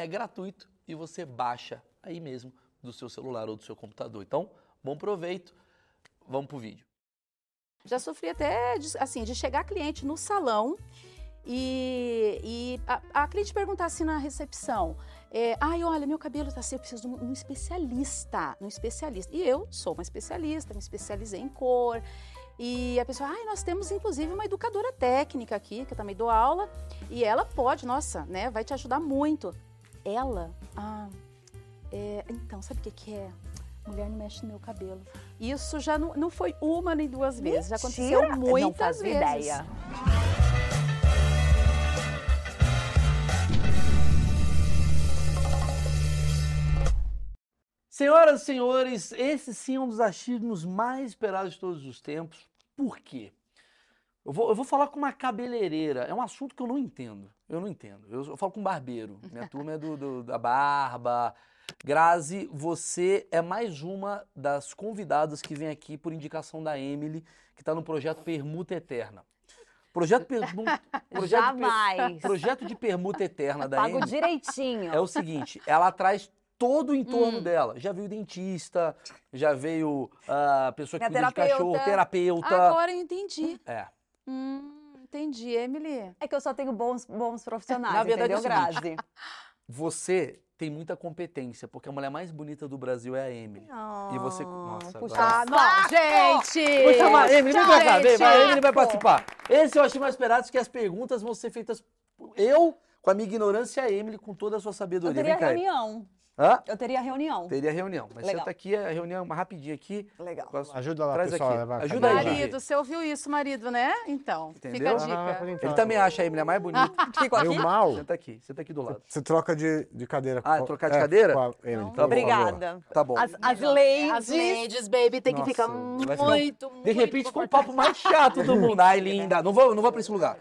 é gratuito e você baixa aí mesmo do seu celular ou do seu computador. Então, bom proveito. Vamos pro vídeo. Já sofri até de, assim de chegar cliente no salão e, e a, a, cliente perguntar assim na recepção: é, "Ai, olha, meu cabelo tá assim, eu preciso de um, um especialista, um especialista". E eu sou uma especialista, me especializei em cor. E a pessoa, ai, ah, nós temos inclusive uma educadora técnica aqui, que eu também dou aula, e ela pode, nossa, né, vai te ajudar muito ela, ah, é, então, sabe o que, que é? Mulher não mexe no meu cabelo. Isso já não, não foi uma nem duas vezes, Mentira. já aconteceu muitas vezes. Ideia. Senhoras e senhores, esse sim é um dos achismos mais esperados de todos os tempos. Por quê? Eu vou, eu vou falar com uma cabeleireira. É um assunto que eu não entendo. Eu não entendo. Eu, eu falo com barbeiro. Minha turma é do, do, da barba. Grazi, você é mais uma das convidadas que vem aqui por indicação da Emily, que está no projeto Permuta Eterna. Projeto, permu... projeto Jamais. Per... Projeto de Permuta Eterna da Pago Emily. direitinho. É o seguinte, ela traz todo o entorno hum. dela. Já veio dentista, já veio a uh, pessoa que Minha cuida terapeuta. de cachorro, terapeuta. Agora eu entendi. É. Hum, entendi, Emily. É que eu só tenho bons, bons profissionais, Na verdade, entendeu, é Grazi? Você tem muita competência, porque a mulher mais bonita do Brasil é a Emily. Oh, e você... Nossa, puxa agora... Ah, não, gente! Vou chamar a Emily, vem pra cá, vem, vai, a Emily vai participar. Esse eu achei mais esperado, que as perguntas vão ser feitas... Eu, com a minha ignorância, e a Emily, com toda a sua sabedoria. Eu teria vem cá, reunião. Hã? Eu teria reunião. Teria reunião. Mas Legal. senta aqui, a reunião é uma rapidinha aqui. Legal. Ajuda lá, Traz pessoal. Aqui. Ajuda aí, Marido, você ouviu isso, marido, né? Então, Entendeu? Ah, fica a dica. Ele tá também acha a Emily a mais bonita. Ficou aqui? Meu então, mal. Senta aqui, senta aqui do lado. Você troca de, de cadeira. Ah, trocar de cadeira? É, Emily, tá Obrigada. Tá bom. As, as ladies. As ladies, baby, tem que Nossa, ficar vai muito, ficar um- muito... É De repente ficou o papo mais chato do mundo. Ai, linda. Não vou, não vou pra esse lugar.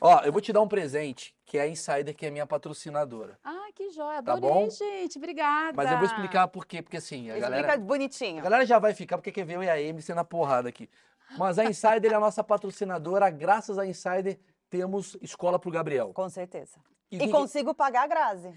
Ó, eu vou te dar um presente, que é a Insider, que é minha patrocinadora. Ah, que joia. Tá Adorei, bom? gente. Obrigada. Mas eu vou explicar por quê, porque assim, a galera... Explica A bonitinho. galera já vai ficar porque quer ver eu e a Amy sendo a porrada aqui. Mas a Insider é a nossa patrocinadora. Graças à Insider, temos escola pro Gabriel. Com certeza. E- E consigo pagar a Grazi.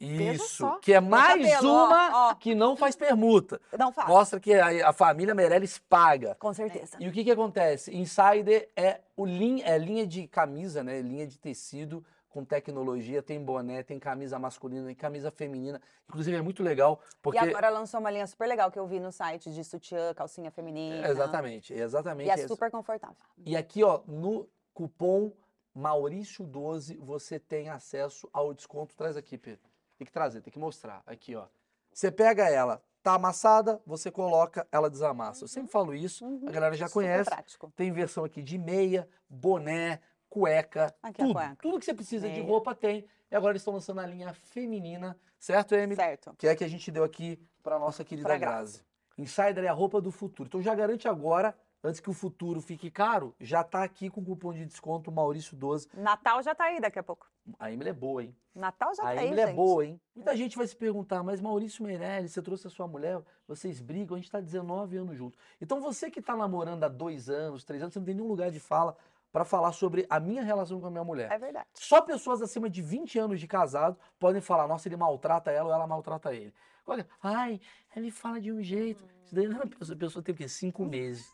veja Isso, só. que é mais cabelo, ó, uma ó. que não faz permuta. Não Tá. faz. Mostra que a, a família Meirelles paga. Com certeza. E o que que acontece? Insider é, o lin, é linha de camisa, né? Linha de tecido com tecnologia. Tem boné, tem camisa masculina, tem camisa feminina. Inclusive é muito legal porque... E agora lançou uma linha super legal que eu vi no site de sutiã, calcinha feminina. Exatamente, exatamente. E é isso. super confortável. E aqui, ó, no cupom Maurício12, você tem acesso ao desconto. Traz aqui, Pedro. Tem que trazer, tem que mostrar. Aqui, ó. Você pega ela, tá amassada, você coloca, ela desamassa. Eu sempre falo isso, Uhum. a galera já super conhece. prático. Tem versão aqui de meia, boné, cueca, Aqui é a tudo. cueca. Tudo que você precisa de Meia. roupa tem. E agora eles estão lançando a linha feminina, certo, Emily? Certo. que é a que a gente deu aqui para nossa querida Pra Grazi. Insider é a roupa do futuro. Então já garante agora, antes que o futuro fique caro, já tá aqui com o cupom de desconto Maurício12. Natal já tá aí daqui a pouco. A Emily é boa, hein? Natal já a tá aí, Emily gente. é boa, hein? Muita gente vai se perguntar, mas Maurício Meirelles, você trouxe a sua mulher, vocês brigam, a gente tá 19 anos juntos. Então você que tá namorando há dois anos, três anos, você não tem nenhum lugar de fala para falar sobre a minha relação com a minha mulher. É verdade. Só pessoas acima de 20 anos de casado podem falar, nossa, ele maltrata ela ou ela maltrata ele. Olha, ai, ele fala de um Hum. jeito. Isso daí não é uma pessoa, a pessoa tem o quê? Cinco meses.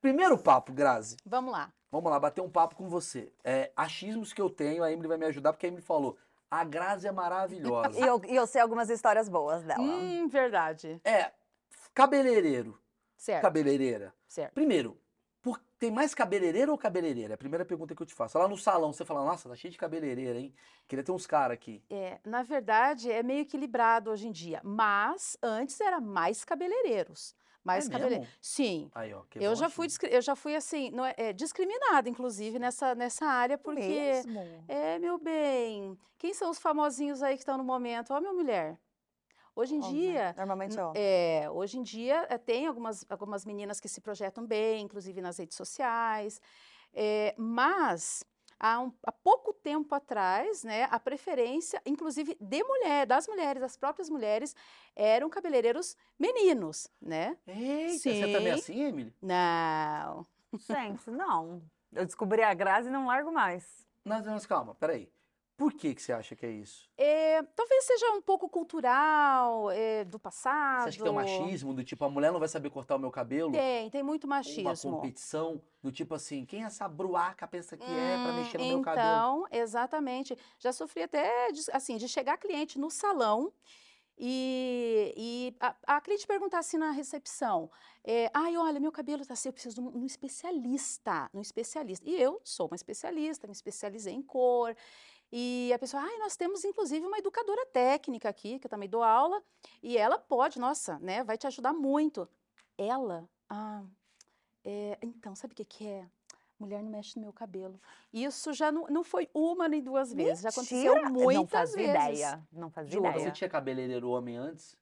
Primeiro papo, Grazi. Vamos lá. Vamos lá, bater um papo com você. É, achismos que eu tenho, a Emily vai me ajudar, porque a Emily falou, a Grazi é E maravilhosa. Tá eu, e eu sei algumas histórias boas dela. Hum, verdade. É, Cabeleireiro. Certo, Cabeleireira. É. certo. Primeiro, por- tem mais cabeleireiro ou cabeleireira? É a primeira pergunta que eu te faço. Lá no salão, você fala, nossa, tá cheio de cabeleireira, hein? Queria ter uns caras aqui. É, na verdade, é meio equilibrado hoje em dia, mas antes era mais cabeleireiros. Mais É cabele- mesmo? Sim. Aí, ó. que Eu bom já, assim. fui, discri- eu já fui assim, não é- é, discriminada, inclusive, nessa, nessa área, porque. Mesmo. É, meu bem, quem são os famosinhos aí que estão no momento? Ó, minha mulher. Hoje em Homem. dia, Normalmente, N- ó. É, hoje em dia é, tem algumas, algumas meninas que se projetam bem, inclusive nas redes sociais, é, mas há, um- há pouco tempo atrás, né, a preferência, inclusive de mulher, das mulheres, das próprias mulheres, eram cabeleireiros meninos, né? Eita, você também é Sim. assim, Emily? Não. Gente, não. Eu descobri a Grazi e não largo mais. Não, não, mas calma, peraí. Por que que você acha que é isso? É, talvez seja um pouco cultural, é, do passado. Você acha que tem um machismo do tipo, a mulher não vai saber cortar o meu cabelo? Tem, tem muito Uma machismo. competição do tipo assim, quem essa bruaca pensa que é pra Hum, mexer no meu cabelo? então, exatamente. Já sofri até, de, assim, de chegar cliente no salão e, e a, a cliente perguntar assim na recepção, é, ai, olha, meu cabelo tá assim, eu preciso de um, um especialista, um especialista. E eu sou uma especialista, me especializei em cor. E a pessoa, ai, nós temos inclusive uma educadora técnica aqui, que eu também dou aula, e ela pode, nossa, né, vai te ajudar muito. Ela, ah, é, então, sabe o que que é? Mulher não mexe no meu cabelo. Isso já não, não foi uma nem duas vezes, já aconteceu Mentira! muitas não fazia vezes. ideia. Não fazia Juro. Você ideia. tinha cabeleireiro homem antes?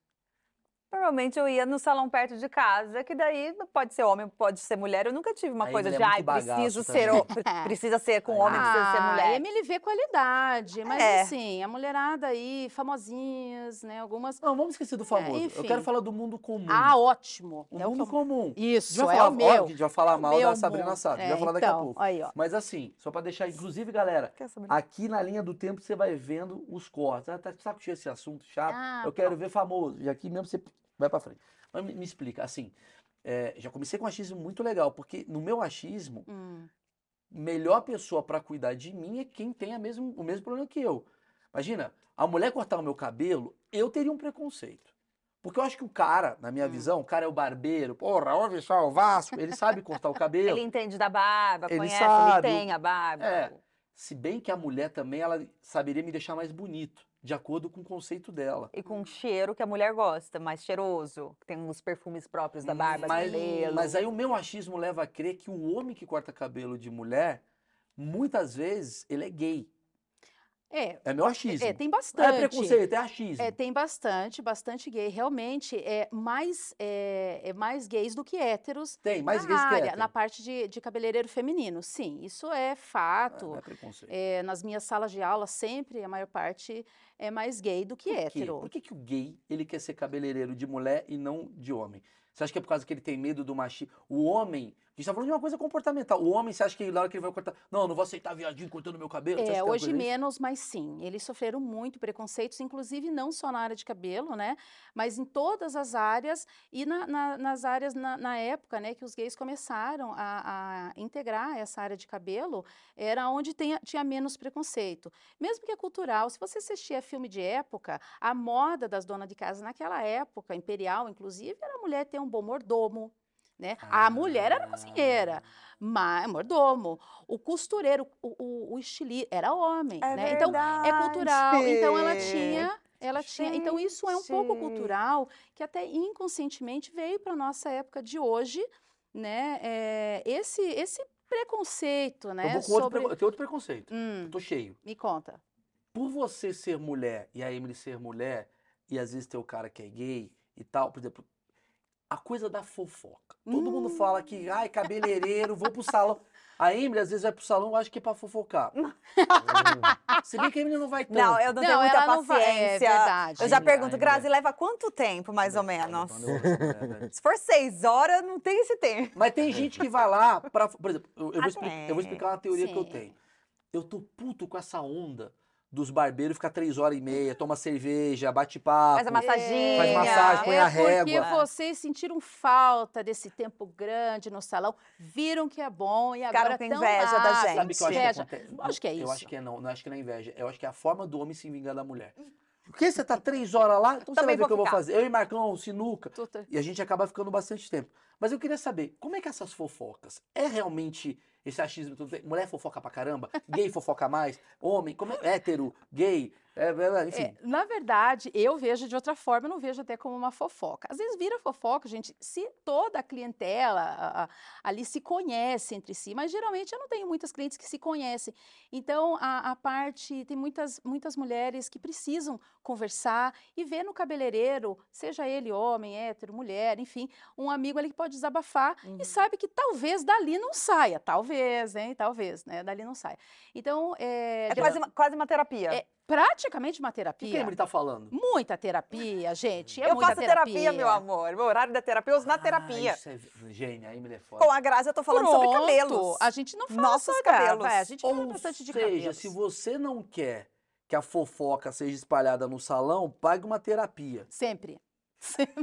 Normalmente eu ia no salão perto de casa, que daí pode ser homem, pode ser mulher. Eu nunca tive uma Aí coisa mulher de, é muito ai, bagaço preciso ser, também. o- pre- precisa ser com homem, precisa ser Ah, mulher. Emily vê qualidade, mas É. assim, a mulherada aí, famosinhas, né, algumas... Não, vamos esquecer do famoso. Eu É, enfim. quero falar do mundo comum. Ah, ótimo! Hum. o É o que mundo eu- comum. A gente Isso, vai é falar, o meu. óbvio que a gente vai falar mal meu da Sabrina mundo. Sato. A gente É, vai falar daqui a então, pouco. Aí, ó. Mas assim, só pra deixar, inclusive, galera, Quer saber? aqui na linha do tempo você vai vendo os cortes. Ah, tá de saco cheio esse assunto chato. Ah, Eu quero ver famoso. E aqui mesmo você vai pra frente. Mas me, me explica, assim, é, já comecei com um achismo muito legal, porque no meu achismo, Hum, melhor pessoa pra cuidar de mim é quem tem a mesmo, o mesmo problema que eu. Imagina, a mulher cortar o meu cabelo, eu teria um preconceito. Porque eu acho que o cara, na minha Hum. visão, o cara é o barbeiro, porra, ouve só o Vasco, ele sabe cortar o cabelo. Ele entende da barba, Ele conhece, sabe. ele tem a barba. É. Se bem que a mulher também, ela saberia me deixar mais bonito, de acordo com o conceito dela. E Uhum. com um cheiro que a mulher gosta, mais cheiroso. que Tem uns perfumes próprios da barba, mas, cabelo. mas aí o meu achismo leva a crer que o homem que corta cabelo de mulher, muitas vezes, ele é gay. É, É meu achismo. é, tem É bastante. preconceito, é achismo. É, tem bastante, bastante gay. Realmente, é mais, é, é mais gays do que héteros Tem, mais na gays que área, hétero. Ah, na parte de, de cabeleireiro feminino. Sim, isso é fato. É, é preconceito. É, nas minhas salas de aula, sempre a maior parte é mais gay do que Por quê? hétero. Por que, que o gay ele quer ser cabeleireiro de mulher e não de homem? Você acha que é por causa que ele tem medo do machismo? O homem. A gente tá falando de uma coisa comportamental. O homem, você acha que na hora que ele vai cortar. Não, eu não vou aceitar viadinho cortando meu cabelo. Você acha É, que tem uma hoje coisa disso? menos, mas sim. Eles sofreram muito preconceitos, inclusive não só na área de cabelo, né? Mas em todas as áreas e na- na- nas áreas na, na época, né, que os gays começaram a, a integrar essa área de cabelo, era onde tenha- tinha menos preconceito. Mesmo que é cultural, se você assistia filme de época, a moda das donas de casa naquela época, imperial, inclusive, era a mulher ter um bom mordomo. Né? A mulher era Ah. cozinheira, mas mordomo. O costureiro, o, o, o estili- era homem, É né? Então, é cultural. Então, ela tinha... Ela tinha, então isso é um pouco Gente. cultural que até inconscientemente veio para nossa época de hoje, né? É, esse esse preconceito, né? Eu vou com outro, sobre preco- eu tenho outro preconceito. Hum, Tô cheio. me conta. Por você ser mulher e a Emily ser mulher, e às vezes ter o cara que é gay e tal, por exemplo, a coisa da fofoca. Todo mundo Hum. fala que, ai, cabeleireiro, vou pro salão. A Emily às vezes vai pro salão, eu acho que é pra fofocar. Se bem que a Emily não vai tanto. Não, eu não, tenho muita ela não vai. É paciência. verdade. eu já Ai, pergunto, ai, Grazi, mulher. leva quanto tempo, mais ou Ai, menos? tô nervoso. Se for seis horas, não tem esse tempo. né, Mas tem gente que vai lá pra. Por exemplo, eu, eu vou, Ah, expli- tem. eu vou explicar uma teoria que eu Sim. tenho. Eu tô puto com essa onda dos barbeiros ficar três horas e meia, toma cerveja, bate papo. Faz a massaginha. Faz massagem, põe é a porque régua. vocês sentiram falta desse tempo grande no salão, viram que é bom e Ficaram agora com tão inveja lá, da com Sabe o gente. que eu acho que inveja. acontece? Acho que é Eu isso. acho que é não, não acho que não é inveja. Eu acho que é a forma do homem se vingar da mulher. Por que você tá três horas lá? Então Hum. Também você vai ver o que eu vou vou ficar. fazer. Eu e Marcão, sinuca. Tô tra- E a gente acaba ficando bastante tempo. Mas eu queria saber, como é que essas fofocas? É realmente esse achismo? Tudo bem? Mulher fofoca pra caramba? Gay fofoca mais? Homem? Como é? Hétero? Gay? É, é, é, enfim. É, na verdade, eu vejo de outra forma, eu não vejo até como uma fofoca. Às vezes vira fofoca, gente, se toda a clientela a- a- ali se conhece entre si, mas geralmente eu não tenho muitas clientes que se conhecem. Então, a, a parte, tem muitas, muitas mulheres que precisam conversar e ver no cabeleireiro, seja ele homem, hétero, mulher, enfim, um amigo ali que pode desabafar Uhum. e sabe que talvez dali não saia, talvez, hein, talvez, né, dali não saia. Então, é, É geral- quase uma, quase uma terapia. É, praticamente uma O que que terapia. ele tá falando? Muita terapia, gente. É eu muita faço terapia. meu amor. Meu horário da terapia, eu uso na terapia. Ah, isso é vi- gênio, aí me lê fora. Com a Grazi, eu tô falando sobre Pronto, cabelos. A gente não fala Nossos sobre cabelos. vai, a gente fala Ou bastante de seja, cabelos. se você não quer que a fofoca seja espalhada no salão, pague uma terapia. Sempre.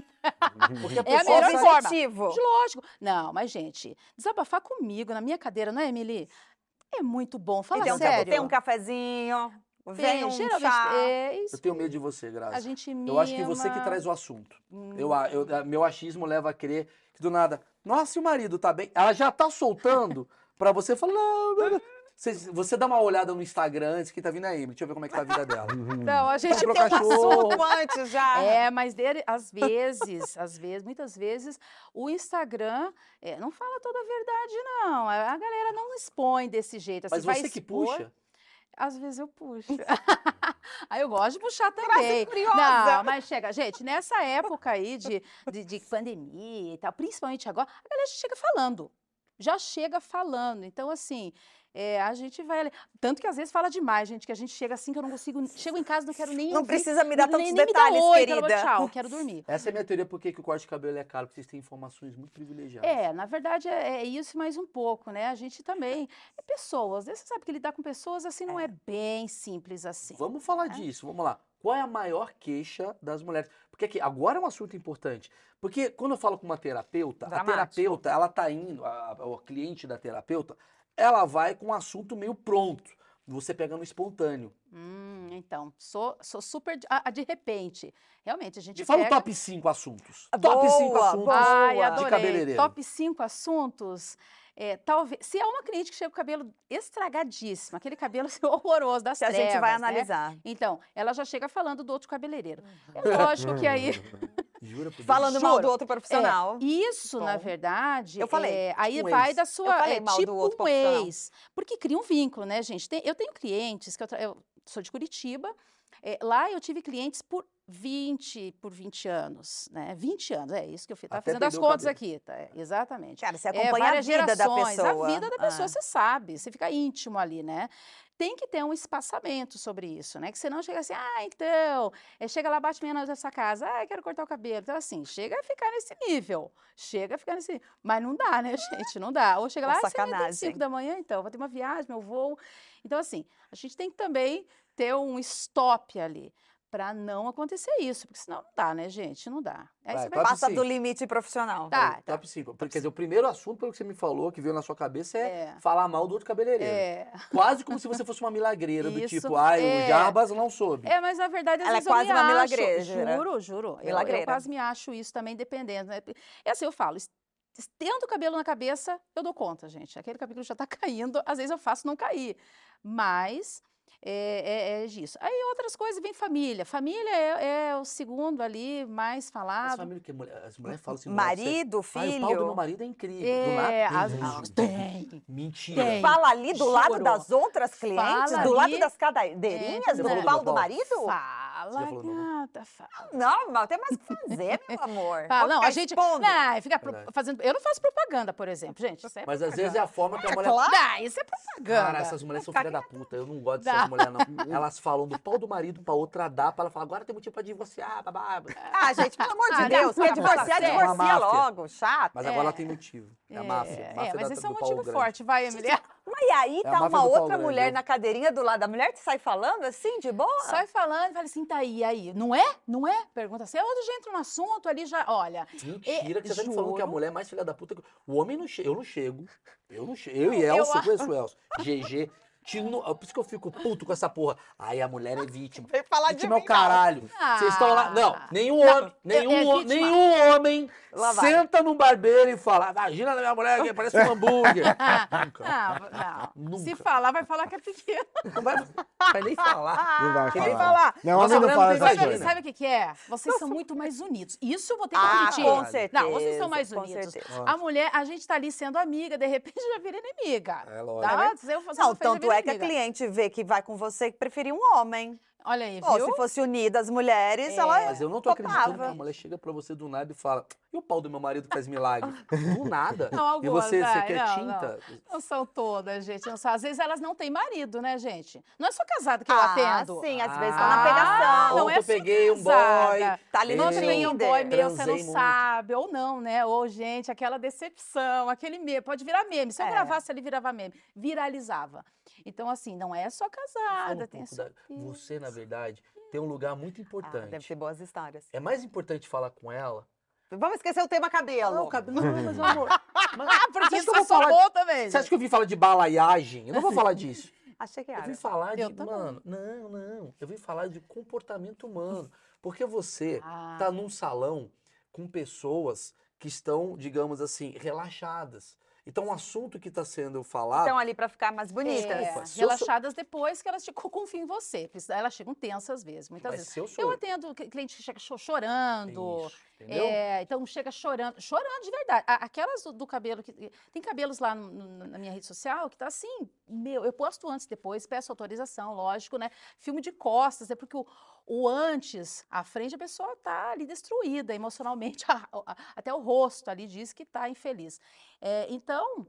Porque a É a pessoa melhor sabe- forma. objetivo. Lógico. Não, mas, gente, desabafar comigo na minha cadeira, não é, Emily? É muito bom. Fala E tem, um, sério. tem um cafezinho, vem Tem, um geralmente, chá. é isso. Eu tenho medo de você, Graça. A gente mima. Eu acho que você que traz o assunto. Eu, a- eu- a- meu achismo leva a crer que do nada, nossa, e o marido tá bem? Ela já tá soltando pra você falar. "Não, não, não." Você, você dá uma olhada no Instagram antes, quem tá vindo aí, deixa eu ver como é que tá a vida dela. Não, a gente Comprou tem um assunto. cachorro. antes já. Ah. É, mas dele, às vezes, às vezes, muitas vezes, o Instagram é, não fala toda a verdade, não. A a galera não expõe desse jeito. assim, Mas vai você que expor, puxa. Às vezes eu puxo. Aí eu gosto de puxar Grazi também. curiosa. Não, mas chega, gente, nessa época aí de, de, de pandemia e tal, principalmente agora, a galera já chega falando. Já chega falando. Então, assim, é, a gente vai. ali- Tanto que às vezes fala demais, gente, que a gente chega assim que eu não consigo. Chego em casa, não quero nem. Não ouvir, precisa me dar nem, tantos nem me dá detalhes, oi, pelo amor de querida. Tchau, quero dormir. Essa é a minha teoria porque que o corte de cabelo é caro, porque vocês têm informações muito privilegiadas. É, na verdade é, é isso e mais um pouco, né? A gente também. É pessoas, né? Você sabe que lidar com pessoas assim não é, bem simples assim. Vamos falar disso, vamos lá. Qual é a maior queixa das mulheres? Porque aqui, agora é um assunto importante. Porque quando eu falo com uma terapeuta, Dramático. a terapeuta, ela tá indo, a, a- o cliente da terapeuta, ela vai com um assunto meio pronto. Você pega no espontâneo. Hum, então, sou, sou super. de- A, a de repente. Realmente, a gente. Fala o pega- Ah, top 5 assuntos. Boa, top 5 assuntos boa. Ai, de adorei. cabeleireiro. Top 5 assuntos. É, talvez. Se é uma cliente que chega com o cabelo estragadíssimo, aquele cabelo assim, horroroso das Se a gente vai trevas, né? analisar. Então, ela já chega falando do outro cabeleireiro. É lógico que aí. Jura por Deus. Falando mal Juro. do outro profissional. Isso, na Bom, verdade, eu falei, tipo é, aí um vai ex. da Eu sua, falei é, mal do tipo outro um profissional. ex, porque cria um vínculo, né, gente? Tem- eu tenho clientes que eu, tra- eu sou de Curitiba, é, lá eu tive clientes por 20, por 20 anos, né? 20 anos, é isso que eu fiz. Tá Até fazendo as perder o contas cabelo. aqui, tá? É, Exatamente. Cara, você É, acompanha a vida várias gerações, da pessoa. A vida da pessoa, Ah. você sabe, você fica íntimo ali, né? Tem que ter um espaçamento sobre isso, né? Que você não chega assim, ah, então, é, chega lá, bate meia noite nessa casa, ah, eu quero cortar o cabelo. Então, assim, chega a ficar nesse nível. Chega a ficar nesse. Mas não dá, né, gente? Não dá. Ou chega Uma lá, ah, sacanagem. 5 da manhã, então, vou ter uma viagem, meu voo. Então, assim, a gente tem que também ter um stop ali. Pra não acontecer isso, porque senão não dá, né, gente? Não dá. Vai, Aí você vai. top Passa cinco. do limite profissional. Tá. Aí, Top 5. Quer dizer, o primeiro assunto, pelo que você me falou, que veio na sua cabeça, é, É. falar mal do outro cabeleireiro. É. Quase como se você fosse uma milagreira, do Isso, tipo, ai, o é. Jarbas não soube. É, mas na verdade, às Ela é vezes quase eu me uma né? acho. milagreira. Juro, juro. Eu- Eu, Milagreira. quase me acho isso também, dependendo. Né? É assim, eu falo, es- es- tendo o cabelo na cabeça, eu dou conta, gente. Aquele cabelo já tá caindo, às vezes eu faço não cair. Mas é, é- é disso. Aí outras coisas, vem família. Família é, é o segundo ali mais As falado. famílias, que mulher- as mulheres falam assim, nossa, Marido, Ai, o pau do meu filho. marido é incrível. Do É, nada, as- tem né? as- isso. tem. Mentira. Tem. Fala ali do lado Juro. das outras clientes, Fala do lado ali. das É, cadeirinhas, você do falou pau do do pau? marido. Você já Fala, falou não, gata, fala. Não, mas tem mais o que fazer, meu amor. Ah, É, Pode não, ficar a gente. expondo. Não, é, fica pro- Verdade. fazendo. Eu não faço propaganda, por exemplo, gente. Isso é Mas às vezes é a forma Tá que a mulher... claro. propaganda. Não, isso é propaganda. Cara, essas mulheres são filha da puta. Eu não gosto dessas Tá Dá. mulheres, não. Elas falam do pau do marido pra outra dar, pra ela falar, agora tem motivo pra divorciar, babá. Ah, gente, pelo amor de Ah, Deus, não, quer não, divorciar, não, É não. uma divorcia máfia. logo, chato. Mas agora ela É. tem motivo. É a máfia. É, máfia mas da, esse é um do pau motivo grande. forte, vai, Emília. Mas aí É a tá máfia uma do pau outra grande, mulher viu? na cadeirinha do lado da mulher, que sai falando assim, de boa? Sai falando, fala assim, tá aí, aí. Não é? Não é? Pergunta assim. Outro já entra no assunto ali, já. Olha. Mentira, É, que você tá me falando que a juro. mulher é mais filha da puta que. O homem não chega. Eu não chego. Eu não chego. Eu e Eu Elcio, acho- conheço o Elcio. GG. Te no- Por isso que eu fico puto com essa porra. Aí a mulher é vítima. Vem falar de Vítima é o mim, não. caralho. Ah. Vocês estão lá. Não, nenhum Não, homem, nenhum, é ho- vítima. nenhum homem Lá vai. senta num barbeiro e fala: vagina da minha mulher que parece um hambúrguer. Nunca. Ah, não. Nunca. Se falar, vai falar que é pequeno. Não vai, vai nem Ah, falar. Não vai Quem falar. falar? Não, Nossa, homem não mulher fala não tem mais Sabe, essas nada. coisas. sabe o que, que é? Vocês são muito mais unidos. Isso eu vou ter que Ah, admitir. com certeza. Não, vocês são mais com unidos. certeza. A mulher, a gente tá ali sendo amiga, de repente já vira inimiga. É lógico. Tá? Tá Antes eu fosse Não, você já tanto vira é que a amiga. cliente vê que vai com você que preferia um homem. Olha aí, Ó, viu? se fosse unida as mulheres, É. ela Mas eu não tô acreditando que a mulher chega pra você do nada e fala: e o pau do meu marido que faz milagre? Do nada. Não, e algumas, você, você vai, quer não, tinta? Não são todas, gente. Não são. Às vezes elas não têm marido, né, gente? Não é só casado que eu Ah, atendo. sim, às vezes tá na Ah, pegação. não Ou é eu só peguei um boy. casada. Tá ali no Nossa, Sim. tem um boy É Tinder. meu, você não Transei muito. sabe. Ou não, né? Ou, gente, aquela decepção, aquele meme. Pode virar meme. Se eu É. gravasse, ele virava meme. Viralizava. Então, assim, não é só Fala um casada, tem a pouco da- sua... vida. Você, na verdade, tem um lugar muito Ah, importante. deve ter boas histórias. É mais importante falar com ela. Vamos esquecer o tema cabelo. Não, cab- não, mas amor. Ah, Você porque acha isso que eu é vou falar só bom também. Você acha que eu vim falar de balaiagem? Eu não vou falar disso. Achei que Eu era. vim falar de. Eu também. Mano, não, não. Eu vim falar de comportamento humano. Porque você Ah. tá num salão com pessoas que estão, digamos assim, relaxadas. Então, o assunto que está sendo falado. Estão ali pra ficar mais bonitas. É, Opa, se eu sou- relaxadas depois que elas te co- confiam em você. porque Elas chegam tensas às vezes, tá muitas mas vezes. se eu Eu sou. atendo cl- cliente que chega cho- chorando. Isso, entendeu? é, então chega chorando, chorando de verdade. A- Aquelas do, do cabelo que. Tem cabelos lá no- no- na minha rede social que tá assim, meu, eu posto antes, depois, peço autorização, lógico, né? Filme de costas, é porque o, o antes, à frente, a pessoa tá ali destruída emocionalmente, a- a- até o rosto ali diz que tá infeliz. É, então,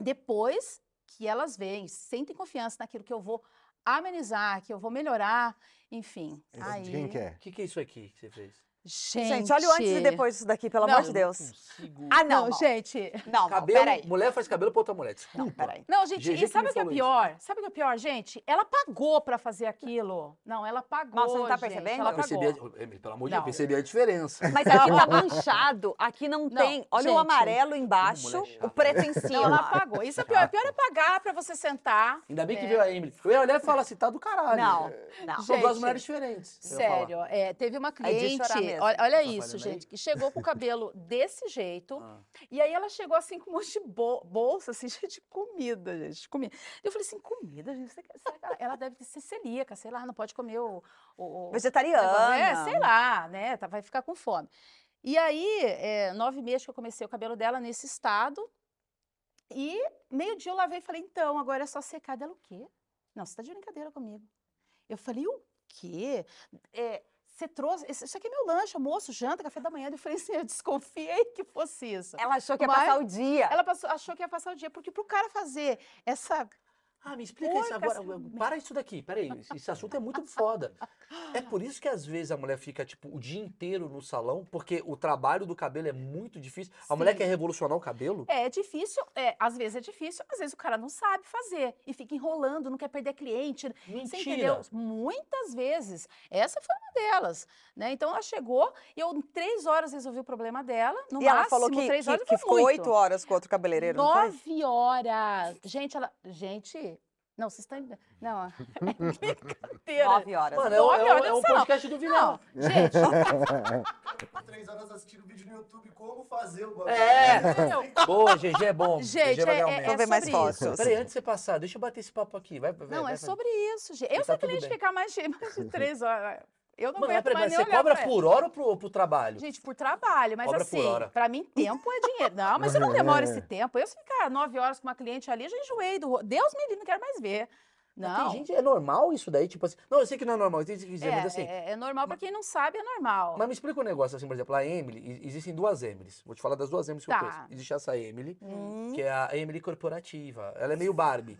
depois que elas veem, sentem confiança naquilo que eu vou amenizar, que eu vou melhorar, enfim. aí... De Quem que é? O que, que é isso aqui que você fez? É. Gente, Gente, olha o antes e depois disso daqui, pelo Não. amor de Eu não Deus. consigo. Ah, Não, não, não. gente. Não, não, cabelo, peraí. mulher faz cabelo pra outra mulher. Desculpa. Não, peraí. Não, gente, Gigi que e me sabe o que é falou isso. pior? Sabe o que é pior, gente? Ela pagou pra fazer aquilo. Não, ela pagou. Nossa, não tá gente, percebendo? Ela Eu pagou. percebi a, eu- pelo amor de Deus, eu Não. percebi a diferença. Mas aqui tá manchado, aqui Não, não, tem. Olha o gente. amarelo embaixo, mulher chata. o preto em cima. Não, ela pagou. Isso é pior. O pior é pagar pra você sentar. Ainda bem que É. veio a Emily. Eu ia olhar e falar assim, tá do caralho. Não, não. São duas Gente, mulheres diferentes. eu ia falar. Sério, é, teve uma É de cliente, chorar mesmo. olha, olha Tá isso, falhando aí? gente, que chegou com o cabelo desse jeito, Ah. e aí ela chegou assim com um monte de bo- bolsa, assim, cheia de comida, gente, de comida. Eu falei assim, comida, gente, será que- será que ela- ela deve ser celíaca, sei lá, não pode comer o... o- o- Vegetariana. É, sei lá, né? tá- vai ficar com fome. E aí, é, nove meses que eu comecei o cabelo dela nesse estado. E meio-dia eu lavei e falei, então, agora é só secar. Ela, o quê? Não, você tá de brincadeira comigo. Eu falei, o quê? É, você trouxe. esse- Isso aqui é meu lanche, almoço, janta, café da manhã. Eu falei assim, eu desconfiei que fosse isso. Ela achou que ia Mas- passar o dia. Ela passou- achou que ia passar o dia, porque pro cara fazer essa. Ah, me explica Porca, isso agora. essa eu- eu- merda. Para isso daqui, peraí. esse- Esse assunto é muito foda. É por isso que às vezes a mulher fica, tipo, o dia inteiro no salão, porque o trabalho do cabelo é muito difícil. A mulher Sim. quer revolucionar o cabelo? É difícil, é, às vezes é difícil, às vezes o cara não sabe fazer e fica enrolando, não quer perder cliente, É, Você entendeu? Mentira! Muitas vezes. Essa foi uma delas. Né? Então ela chegou e eu, em três horas, resolvi o problema dela. No e máximo, ela falou que, três que, horas que foi ficou muito. oito horas com outro cabeleireiro, não foi? Nove horas. Gente, ela. Gente. Não, vocês estão. Não, é brincadeira. Nove horas. Mano, é, o- Nove é, o- horas é no o salão. podcast do Vinão. Não, gente, três horas assistindo vídeo no YouTube como fazer o bagulho. É! não. Boa, GG é bom. Gente, GG vai é- ganhar um é- Messi. Vamos ver mais sobre fotos. isso. Peraí, antes de você passar, deixa eu bater esse papo aqui. Vai, vai, Não, vai, vai. é sobre isso, gente. Eu E sou tá tudo cliente bem. ficar mais de, mais de três horas. Eu não é Mano, mas aguento peraí, mais mas nem você olhar cobra pra ela. por hora ou pro, pro trabalho? Gente, por trabalho, mas Cobra por assim, hora. pra mim, tempo é dinheiro. Não, mas eu não demoro esse tempo. Eu, se ficar nove horas com uma cliente ali, já enjoei do. ro- Deus me livre, não quero mais ver. Mas Tem Não. gente, é normal isso daí? Tipo assim. Não, eu sei que não é normal, eu tenho que dizer, mas assim. é, é, é normal, pra quem não sabe, é normal. Mas me explica um negócio, assim, por exemplo, a Emily, e- existem duas Emilys. Vou te falar das duas Emilys que Tá. eu conheço. Existe essa Emily, Hum. que é a Emily corporativa. Ela é meio Barbie.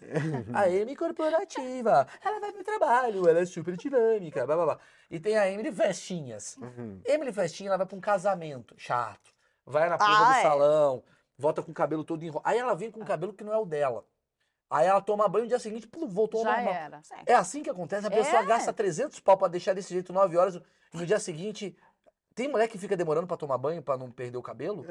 a Emily corporativa. Ela vai pro trabalho, ela é super dinâmica, blá blá blá. E tem a Emily Vestinhas. Uhum. Emily Vestinha, ela vai pra um casamento, chato. Vai na porra Ah, do é. salão, volta com o cabelo todo enrolado. Aí ela vem com o cabelo que não é o dela. Aí ela toma banho no dia seguinte, pum, voltou ao já normal. era. É assim que acontece? A pessoa É. gasta 300 pau pra deixar desse jeito 9 horas e no dia seguinte Tem mulher que fica demorando pra tomar banho pra não perder o cabelo?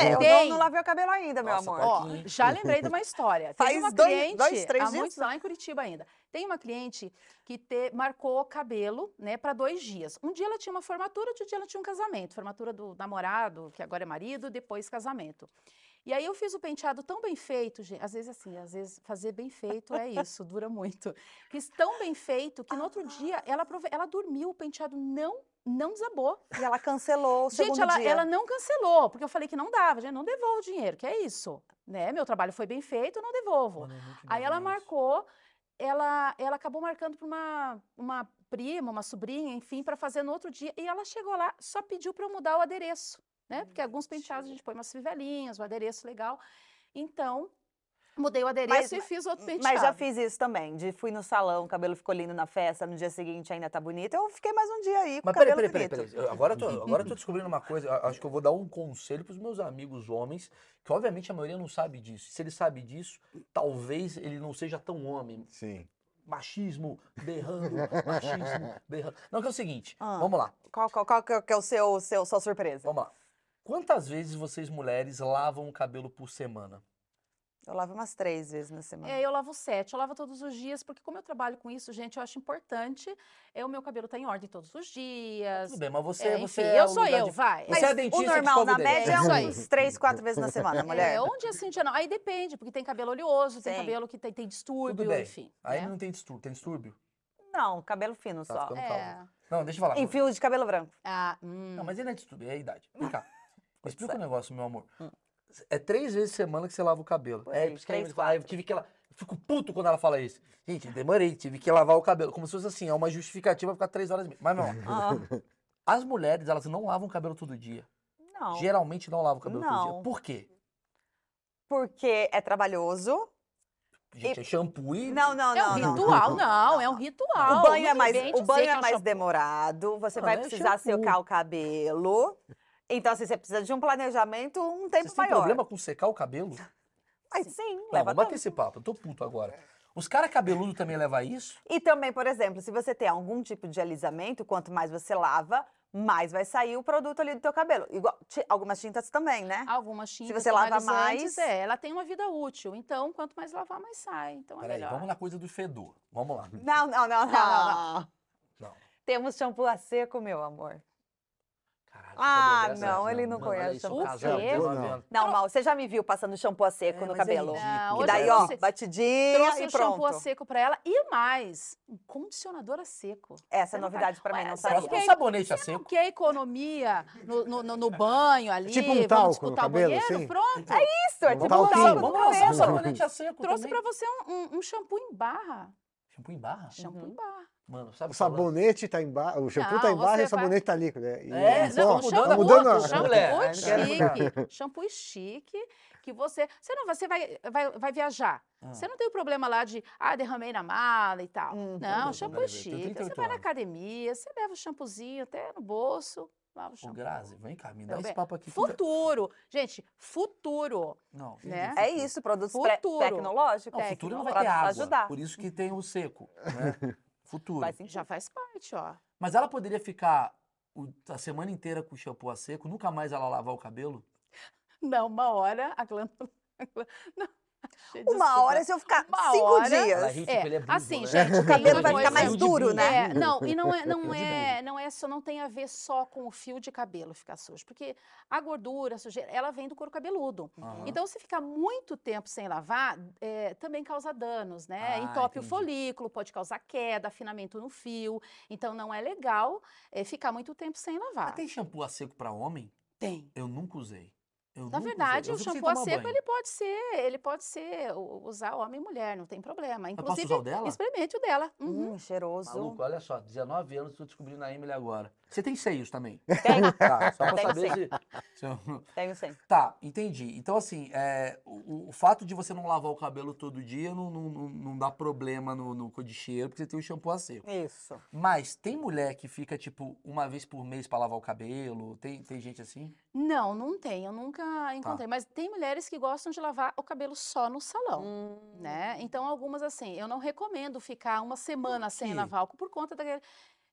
É, eu Tem. não, não lavei o cabelo ainda, meu Nossa, amor. tá Ó, já lembrei de uma história. Faz Tem uma dois- cliente, dois, três há dias? muitos lá em Curitiba ainda. Tem uma cliente que te- marcou o cabelo, né, para dois dias. Um dia ela tinha uma formatura, outro dia ela tinha um casamento. Formatura do namorado, que agora é marido, depois casamento. E aí eu fiz o penteado tão bem feito, gente. Às vezes assim, às vezes fazer bem feito é isso, dura muito. Fiz tão bem feito que no Ah. outro dia ela, aprove- ela dormiu, o penteado não não desabou. E ela cancelou o Gente, segundo ela, dia. ela não cancelou, porque eu falei que não dava. Gente, não devolvo o dinheiro, que é isso. Né? Meu trabalho foi bem feito, não devolvo. Mano, é muito Aí ela engraçado. marcou, ela, ela acabou marcando para uma, uma prima, uma sobrinha, enfim, para fazer no outro dia. E ela chegou lá, só pediu para eu mudar o adereço, né? Porque alguns penteados a gente põe umas fivelinhas, o adereço legal. Então, mudei o adereço e fiz outro penteado. Mas já fiz isso também, de fui no salão, o cabelo ficou lindo na festa, no dia seguinte ainda tá bonito. Eu fiquei mais um dia aí com o Mas cabelo peraí, peraí, peraí, bonito. peraí. Eu- Agora eu tô, agora eu tô descobrindo uma coisa. eu Acho que eu vou dar um conselho pros meus amigos homens, que obviamente a maioria não sabe disso. Se ele sabe disso, talvez ele não seja tão homem. Sim. Machismo, berrando, machismo, berrando. Não, que é o seguinte, Ah. vamos lá, Qual, qual, qual que é- que é o seu, seu sua surpresa? vamos lá. Quantas vezes vocês mulheres lavam o cabelo por semana? Eu lavo umas três vezes na semana. É, eu lavo sete, eu lavo todos os dias, porque como eu trabalho com isso, gente, eu acho importante. É, o meu cabelo tá em ordem todos os dias. Tudo bem, mas você, É, você enfim, é eu o sou lugar eu, de- vai. Você é a dentista o que normal, escova o na dente. média, É isso é aí. uns três, quatro vezes na semana, mulher. É, um dia sim, um dia não. Aí depende, porque tem cabelo oleoso, tem Sim. cabelo que tem, tem distúrbio, bem. enfim. Aí né? não tem distúrbio, tem distúrbio? Não, cabelo fino Tá só. ficando- não É. causa. Não, deixa eu falar. E fio de cabelo branco. Ah, hum. Não, mas ele não é distúrbio, é a idade. Vem cá, me explica um sério. negócio, meu amor. É três vezes por semana que você lava o cabelo. Por É, aí, por isso que a três, Emily fala, ah, eu tive que lavar. Fico puto quando ela fala isso. Gente, demorei, tive que lavar o cabelo. Como se fosse assim, é uma justificativa pra ficar três horas e meia. Mas não, Ah, as mulheres, elas não lavam o cabelo todo dia. não. Geralmente não lavam o cabelo todo dia. Não. Por quê? Porque é trabalhoso. Gente, é shampoo e... Não, não, é um não. não. ritual, não, é um ritual. O banho Não é me mais, vem o dizer banho que é um mais shampoo. demorado, você Não, vai não é precisar shampoo. secar o cabelo. Então, assim, você precisa de um planejamento um tempo Vocês têm maior. problema com secar o cabelo? Mas sim, Não, leva vamos tempo. bater esse papo, eu tô puto agora. Os caras cabeludos também levam isso? E também, por exemplo, se você tem algum tipo de alisamento, quanto mais você lava, mais vai sair o produto ali do teu cabelo. Igual ti- algumas tintas também, né? Algumas tintas você lava tonalizantes, mais- É, ela tem uma vida útil. Então, quanto mais lavar, mais sai. Então é Peraí, melhor. Tá, vamos na coisa do fedor. Vamos lá. Não, não, não, não, não, não. não. Não. Temos shampoo a seco, meu amor. Caralho, Ah, cabelo dessa- não, ele não mano, olha conhece um isso, shampoo. casal, O quê? tô Não. vendo. Não, Mal, você já me viu passando shampoo a seco É, no mas é cabelo. ridículo. Não, e né? hoje daí, eu ó, trouxe- batidinha Trouxe e o shampoo a pronto. seco pra ela e mais um condicionador a seco. Essa Você é não novidade pra mim, Ué, não você Parece sabia. que é um Ok. sabonete a seco. Porque a economia no, no- no- no banho É ali, Tipo um vamos talco no disputar o cabelo, banheiro, assim? pronto. Isso, é Vamos tipo botar um o Sim, Tava talco no vamos no lançar um cabelo. sabonete a seco Trouxe também. pra você um, um- um shampoo em Uhum. barra. Shampoo em barra? Shampoo em Uhum. barra. Mano, sabe é? O sabonete tá embaixo, o shampoo tá Não, embaixo e você o sabonete tá líquido. né? E É, o não, pó- tá mudando a a- cor do shampoo. Mulher, Shampoo aí Ah, não quero chique. Shampoo chique. Que você. Você não você vai, vai, vai viajar. Ah. Você não tem o problema lá de, ah, derramei na mala e tal. Uhum. Não, Hum, Eu shampoo tenho chique. 38 Você vai na anos. academia, você leva o shampoozinho até no bolso, lava o Ô, shampoo. Grazi, vem cá, me dá Também. esse papo aqui. que- Futuro. Gente, futuro. Não, Né? entendi. É isso, produtos pré- Futuro. tecnológicos. É Não, futuro não vai pra ter água. ajudar. Por isso que tem o seco. Né? futuro. Faz sentido. Já faz parte, ó. Mas ela poderia ficar o- a semana inteira com o shampoo a seco, nunca mais ela lavar o cabelo? Não, uma hora a glândula. Não, achei, Uma desculpa. hora, se eu ficar né? Uma cinco hora- dias. Ela ri- Tipo, ele é bruto, assim, né? gente, O tem cabelo uma vai ficar mais coisa- duro, né? É, não, e não é, não Fio de é, não é só, não tem a ver só com o fio de cabelo ficar sujo, porque a gordura, a sujeira, ela vem do couro cabeludo. Aham. Então, se ficar muito tempo sem lavar, é, também causa danos, né? Ah, Entope entendi. o folículo, pode causar queda, afinamento no fio. Então, não é legal é, ficar muito tempo sem Mas tá. lavar. tem shampoo a seco pra homem? Tem. Eu nunca usei. Eu nunca Na usei. verdade, Eu o fico sem shampoo a tomar seco banho. ele pode ser, ele pode ser o- usar homem e mulher, não tem problema. posso Inclusive, usar o dela? experimente o dela. Uhum. Hum, cheiroso. Maluco, olha só, 19 anos, tô descobrindo a Emily agora. Você tem seios também? Tem, Tá, só pra Tenho saber se... se eu- tenho sim. Tá, entendi. Então, assim, é, o, o fato de você não lavar o cabelo todo dia não, não, não- não dá problema no, no codicheiro, porque você tem o shampoo a seco. Isso. Mas tem mulher que fica, tipo, uma vez por mês pra lavar o cabelo? Tem, tem gente assim? Não, não tem, eu nunca Tá. encontrei. Mas tem mulheres que gostam de lavar o cabelo só no salão. Hum. Hum, Né? Então, algumas assim, eu não recomendo ficar uma semana sem quê? lavar álcool por conta daquele.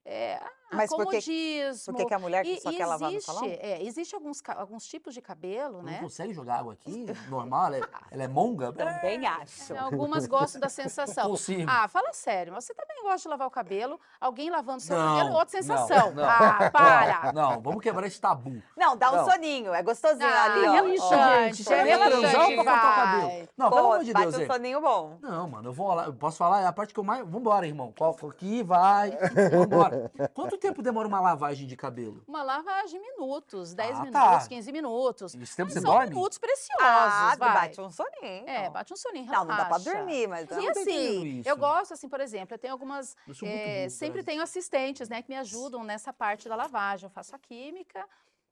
É, ah, Mas por que- comodismo. Por que, que a mulher E- só e quer lavar no existe, salão? é, existe alguns, ca- alguns tipos de cabelo, Não né? consegue jogar água aqui? Normal? Ela é, ela é monga? Também acho. É, Algumas gostam da sensação. Consigo. Ah, fala sério, mas você também gosta de lavar o cabelo, alguém lavando seu Não, cabelo, é outra não, sensação. não. ah, para! Não, não, vamos quebrar esse tabu. Não, dá um Não. soninho, é gostosinho Ah, ali, ó. relaxante, Ó, gente, é Você vai relaxante, transar ou é pra cortar o vai. cabelo? Não, Pô, pelo amor de bate Deus, um hein? soninho bom. Não, mano, eu vou lá, eu posso falar, é a parte que eu mais. Vambora, irmão. Qual foi que vai? Vambora. Quanto tempo demora uma lavagem de cabelo? Uma lavagem minutos, 10 Ah, minutos, tá. 15 minutos. Esse tempo Mas você são dorme? minutos preciosos, Ah, vai. bate um soninho. É, bate um soninho, Não, não dá pra relaxa. dormir, tá um mas... é Eu E não tô entendendo assim, isso. eu gosto, assim, por exemplo, eu tenho algumas. Eu sou é muito eh, burro, sempre cara. tenho assistentes, né, que me ajudam nessa parte da lavagem. Eu faço a química,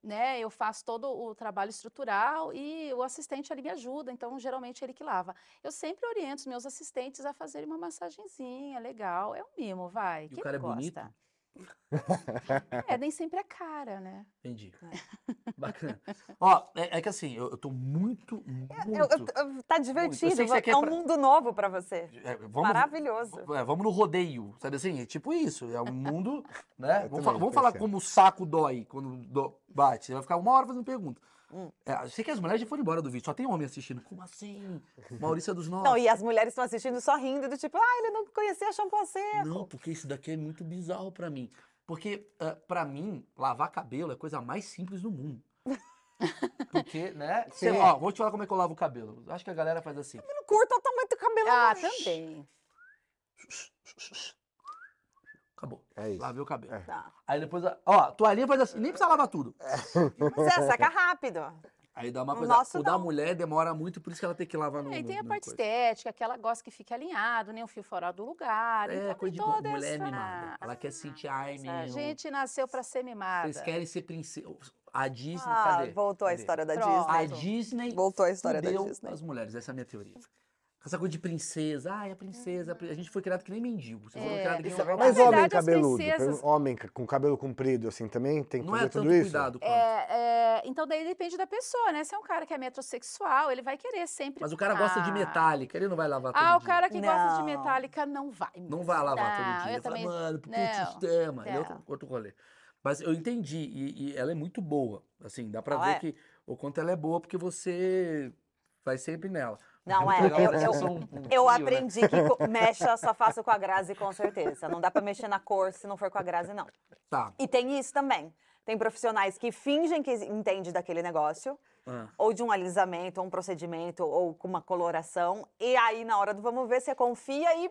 né? Eu faço todo o trabalho estrutural e o assistente ali me ajuda, então geralmente ele que lava. Eu sempre oriento os meus assistentes a fazerem uma massagenzinha legal. É um mimo, vai. E quem o cara é não bonito? gosta? É, nem sempre é cara, né? Entendi. É. Bacana. Ó, é, é que assim, eu, eu tô muito, Eu- eu- muito. eu- tá divertido, sei que você é quer um pra- mundo novo pra você. é, vamos, Maravilhoso. é, vamos no rodeio, sabe assim? É tipo isso, é um mundo, né? É, vamos Eu também assim. falar, vamos falar percebo. como o saco dói quando do- bate. Você vai ficar uma hora fazendo pergunta. Hum. É, eu sei que as mulheres já foram embora do vídeo, só tem homem assistindo. Como assim? Maurício é dos nossos. Não, e as mulheres estão assistindo só rindo, do tipo, ah, ele não conhecia shampoo seco. Não, porque isso daqui é muito bizarro pra mim. Porque, ah, pra mim, lavar cabelo é a coisa mais simples do mundo. Porque, né? Cê, Sim. ó, vou te falar como é que eu lavo o cabelo. Acho que a galera faz assim. Eu não curto o tamanho do cabelo. Ah, também. Acabou. É isso. Lavei o cabelo. É. Tá. Aí depois, a- ó, toalhinha faz assim. Nem precisa lavar tudo. Mas é, saca rápido. Aí dá uma O coisa. nosso o da não. mulher demora muito, por isso que ela tem que lavar no. É, e no- tem a no parte coisa. estética, que ela gosta que fique alinhado, nem o fio fora do lugar. então É, tem coisa de toda mulher essa... mimada. Ela quer sentir, ai, meu. A gente nasceu pra ser mimada. Vocês querem ser princesa. A Disney. Ah, cadê? voltou a Cadê? história da Pronto. A Disney. Disney Voltou a história da fudeu Disney. as mulheres, essa é a minha teoria. Essa coisa de princesa, ai, a princesa, a pri- a gente foi criado que nem mendigo. Vocês foram É, criados que nem isso é um Na Mas vagabundo. homem verdade, as cabeludo, princesas- homem com cabelo comprido assim também tem que Não fazer é tanto tudo isso? cuidado quanto. É, é, então daí depende da pessoa, né? Se é um cara que é metrosexual, ele vai querer sempre. Mas o cara gosta de Ah. metálica, ele não vai lavar Ah, todo o dia. cara que gosta de Não. metálica não vai. Não vai lavar não, todo dia. Eu Ele fala, também. mano, porque o não, sistema. Ele é outro, não. outro rolê. Mas eu entendi, e, e ela é muito boa. Assim, dá pra Não ver é? que o quanto ela é boa, porque você vai sempre nela. Não, é, Legal, eu- parece eu- que são um- um trio, Eu né? aprendi que co- mexa, só faço com a Grazi, com certeza. Não dá pra mexer na cor se não for com a Grazi, não. Tá. E tem isso também. Tem profissionais que fingem que entende daquele negócio, Ah. ou de um alisamento, ou um procedimento, ou com uma coloração. E aí, na hora do vamos ver, você confia e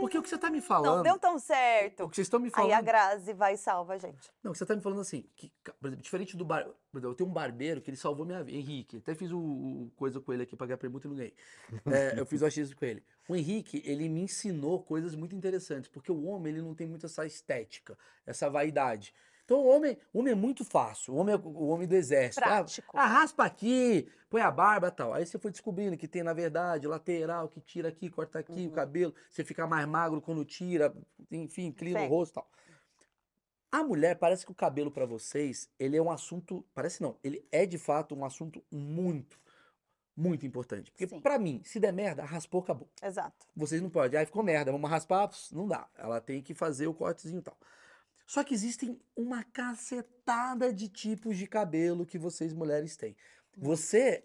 Porque o que você tá me não falando. deu tão O certo. que vocês estão me falando. Aí a Grazi vai e salva a gente. Não, você tá me falando assim, que, ca- por exemplo, diferente do bar, por exemplo, eu tenho um barbeiro que ele salvou minha vida, Henrique, até fiz o, o- coisa com ele aqui, paguei a permuta e não ganhei. É, eu fiz o achismo com ele. O Henrique, ele me ensinou coisas muito interessantes, porque o homem, ele não tem muito essa estética, essa vaidade. Então, o homem, o homem é muito fácil, o homem é o homem do exército. Ah, Prático. ah, raspa aqui, põe a barba e tal. Aí você foi descobrindo que tem, na verdade, lateral, que tira aqui, corta aqui o cabelo, você fica mais magro quando tira, enfim, inclina o Sim. rosto e tal. A mulher, parece que o cabelo pra vocês, ele é um assunto, parece não, ele é de fato um assunto muito, muito importante. Porque Sim. pra mim, se der merda, raspou, acabou. Exato. Vocês não podem, aí ficou merda, vamos raspar, pss, não dá. Ela tem que fazer o cortezinho e tal. Só que existem uma cacetada de tipos de cabelo que vocês mulheres têm. Você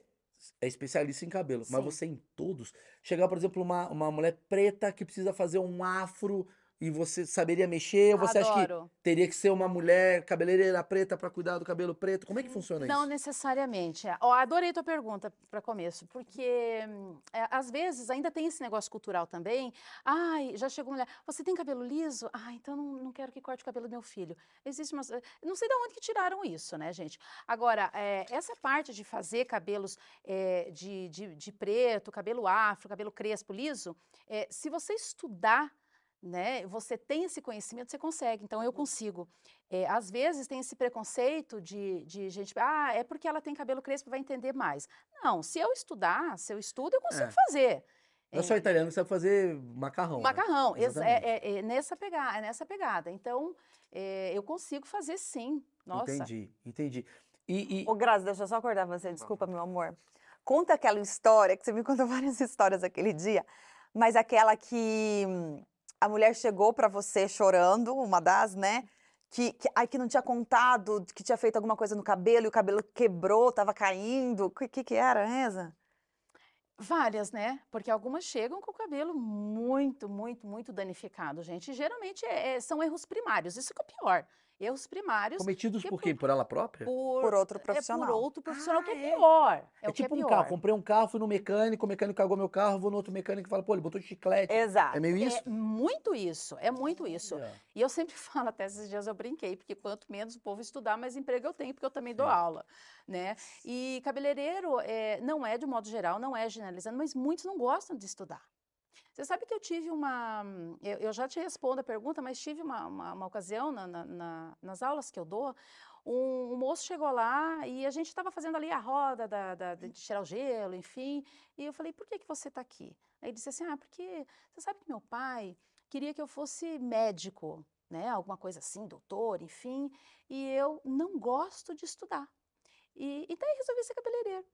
é especialista em cabelo, mas Hum. Sim. você em todos. Chegar, por exemplo, uma, uma mulher preta que precisa fazer um afro e você saberia mexer, ou você acha que Adoro. Teria que ser uma mulher cabeleireira preta pra cuidar do cabelo preto. Como é que funciona Hum, Não isso? necessariamente. é. Ó, adorei tua pergunta para começo, porque hum, é, às vezes ainda tem esse negócio cultural também. Ai, já chegou mulher. Você tem cabelo liso? Ah, então não, não quero que corte o cabelo do meu filho. Existe umas. eh, Não sei de onde que tiraram isso, né, gente? Agora, é, essa parte de fazer cabelos é, de, de, de preto, cabelo afro, cabelo crespo, liso, é, se você estudar, né, você tem esse conhecimento, você consegue. Então, eu consigo. É, às vezes tem esse preconceito de, de gente, ah, é porque ela tem cabelo crespo, vai entender mais. Não, se eu estudar, se eu estudo, eu consigo É. fazer. Eu é. sou é italiano que sabe fazer macarrão. né? Macarrão, ex- é- Exatamente. é, é nessa pegada, é nessa pegada. Então, é, eu consigo fazer sim. Nossa. Entendi, entendi. E, e- Ô, Grazi, deixa eu só acordar você, desculpa, meu amor. Conta aquela história, que você me contou várias histórias aquele dia, mas aquela que hum, a mulher chegou pra você chorando, uma das, né? que, que, ai, que não tinha contado, que tinha feito alguma coisa no cabelo e o cabelo quebrou, tava caindo. O que, que, que era, Enza? Várias, né? Porque algumas chegam com o cabelo muito, muito, muito danificado, gente. E geralmente é- é- são erros primários. Isso que é o pior. Erros primários Cometidos que é por quem? Por ela própria? por, Por outro É por profissional. outro profissional, que Ah, é é? pior. É, É o que tipo é um pior. carro. Comprei um carro, fui no mecânico, o mecânico cagou meu carro, vou no outro mecânico e fala, pô, ele botou chiclete. Exato. É meio isso? É muito isso, é muito isso. Olha. E eu sempre falo, até esses dias eu brinquei, porque quanto menos o povo estudar, mais emprego eu tenho, porque eu também dou Sim. aula, né? E cabeleireiro eh, não é, de modo geral, não é generalizando, mas muitos não gostam de estudar. Você sabe que eu tive uma... hum, Eu, eu já te respondo a pergunta, mas tive uma, uma, uma ocasião na- na- na- nas aulas que eu dou, um, um moço chegou lá e a gente estava fazendo ali a roda da- da- de tirar o gelo, enfim. E eu falei, por que, que você está aqui? Aí ele disse assim, ah, porque você sabe que meu pai queria que eu fosse médico, né? Alguma coisa assim, doutor, enfim. E eu não gosto de estudar. E, e daí resolvi ser cabeleireiro.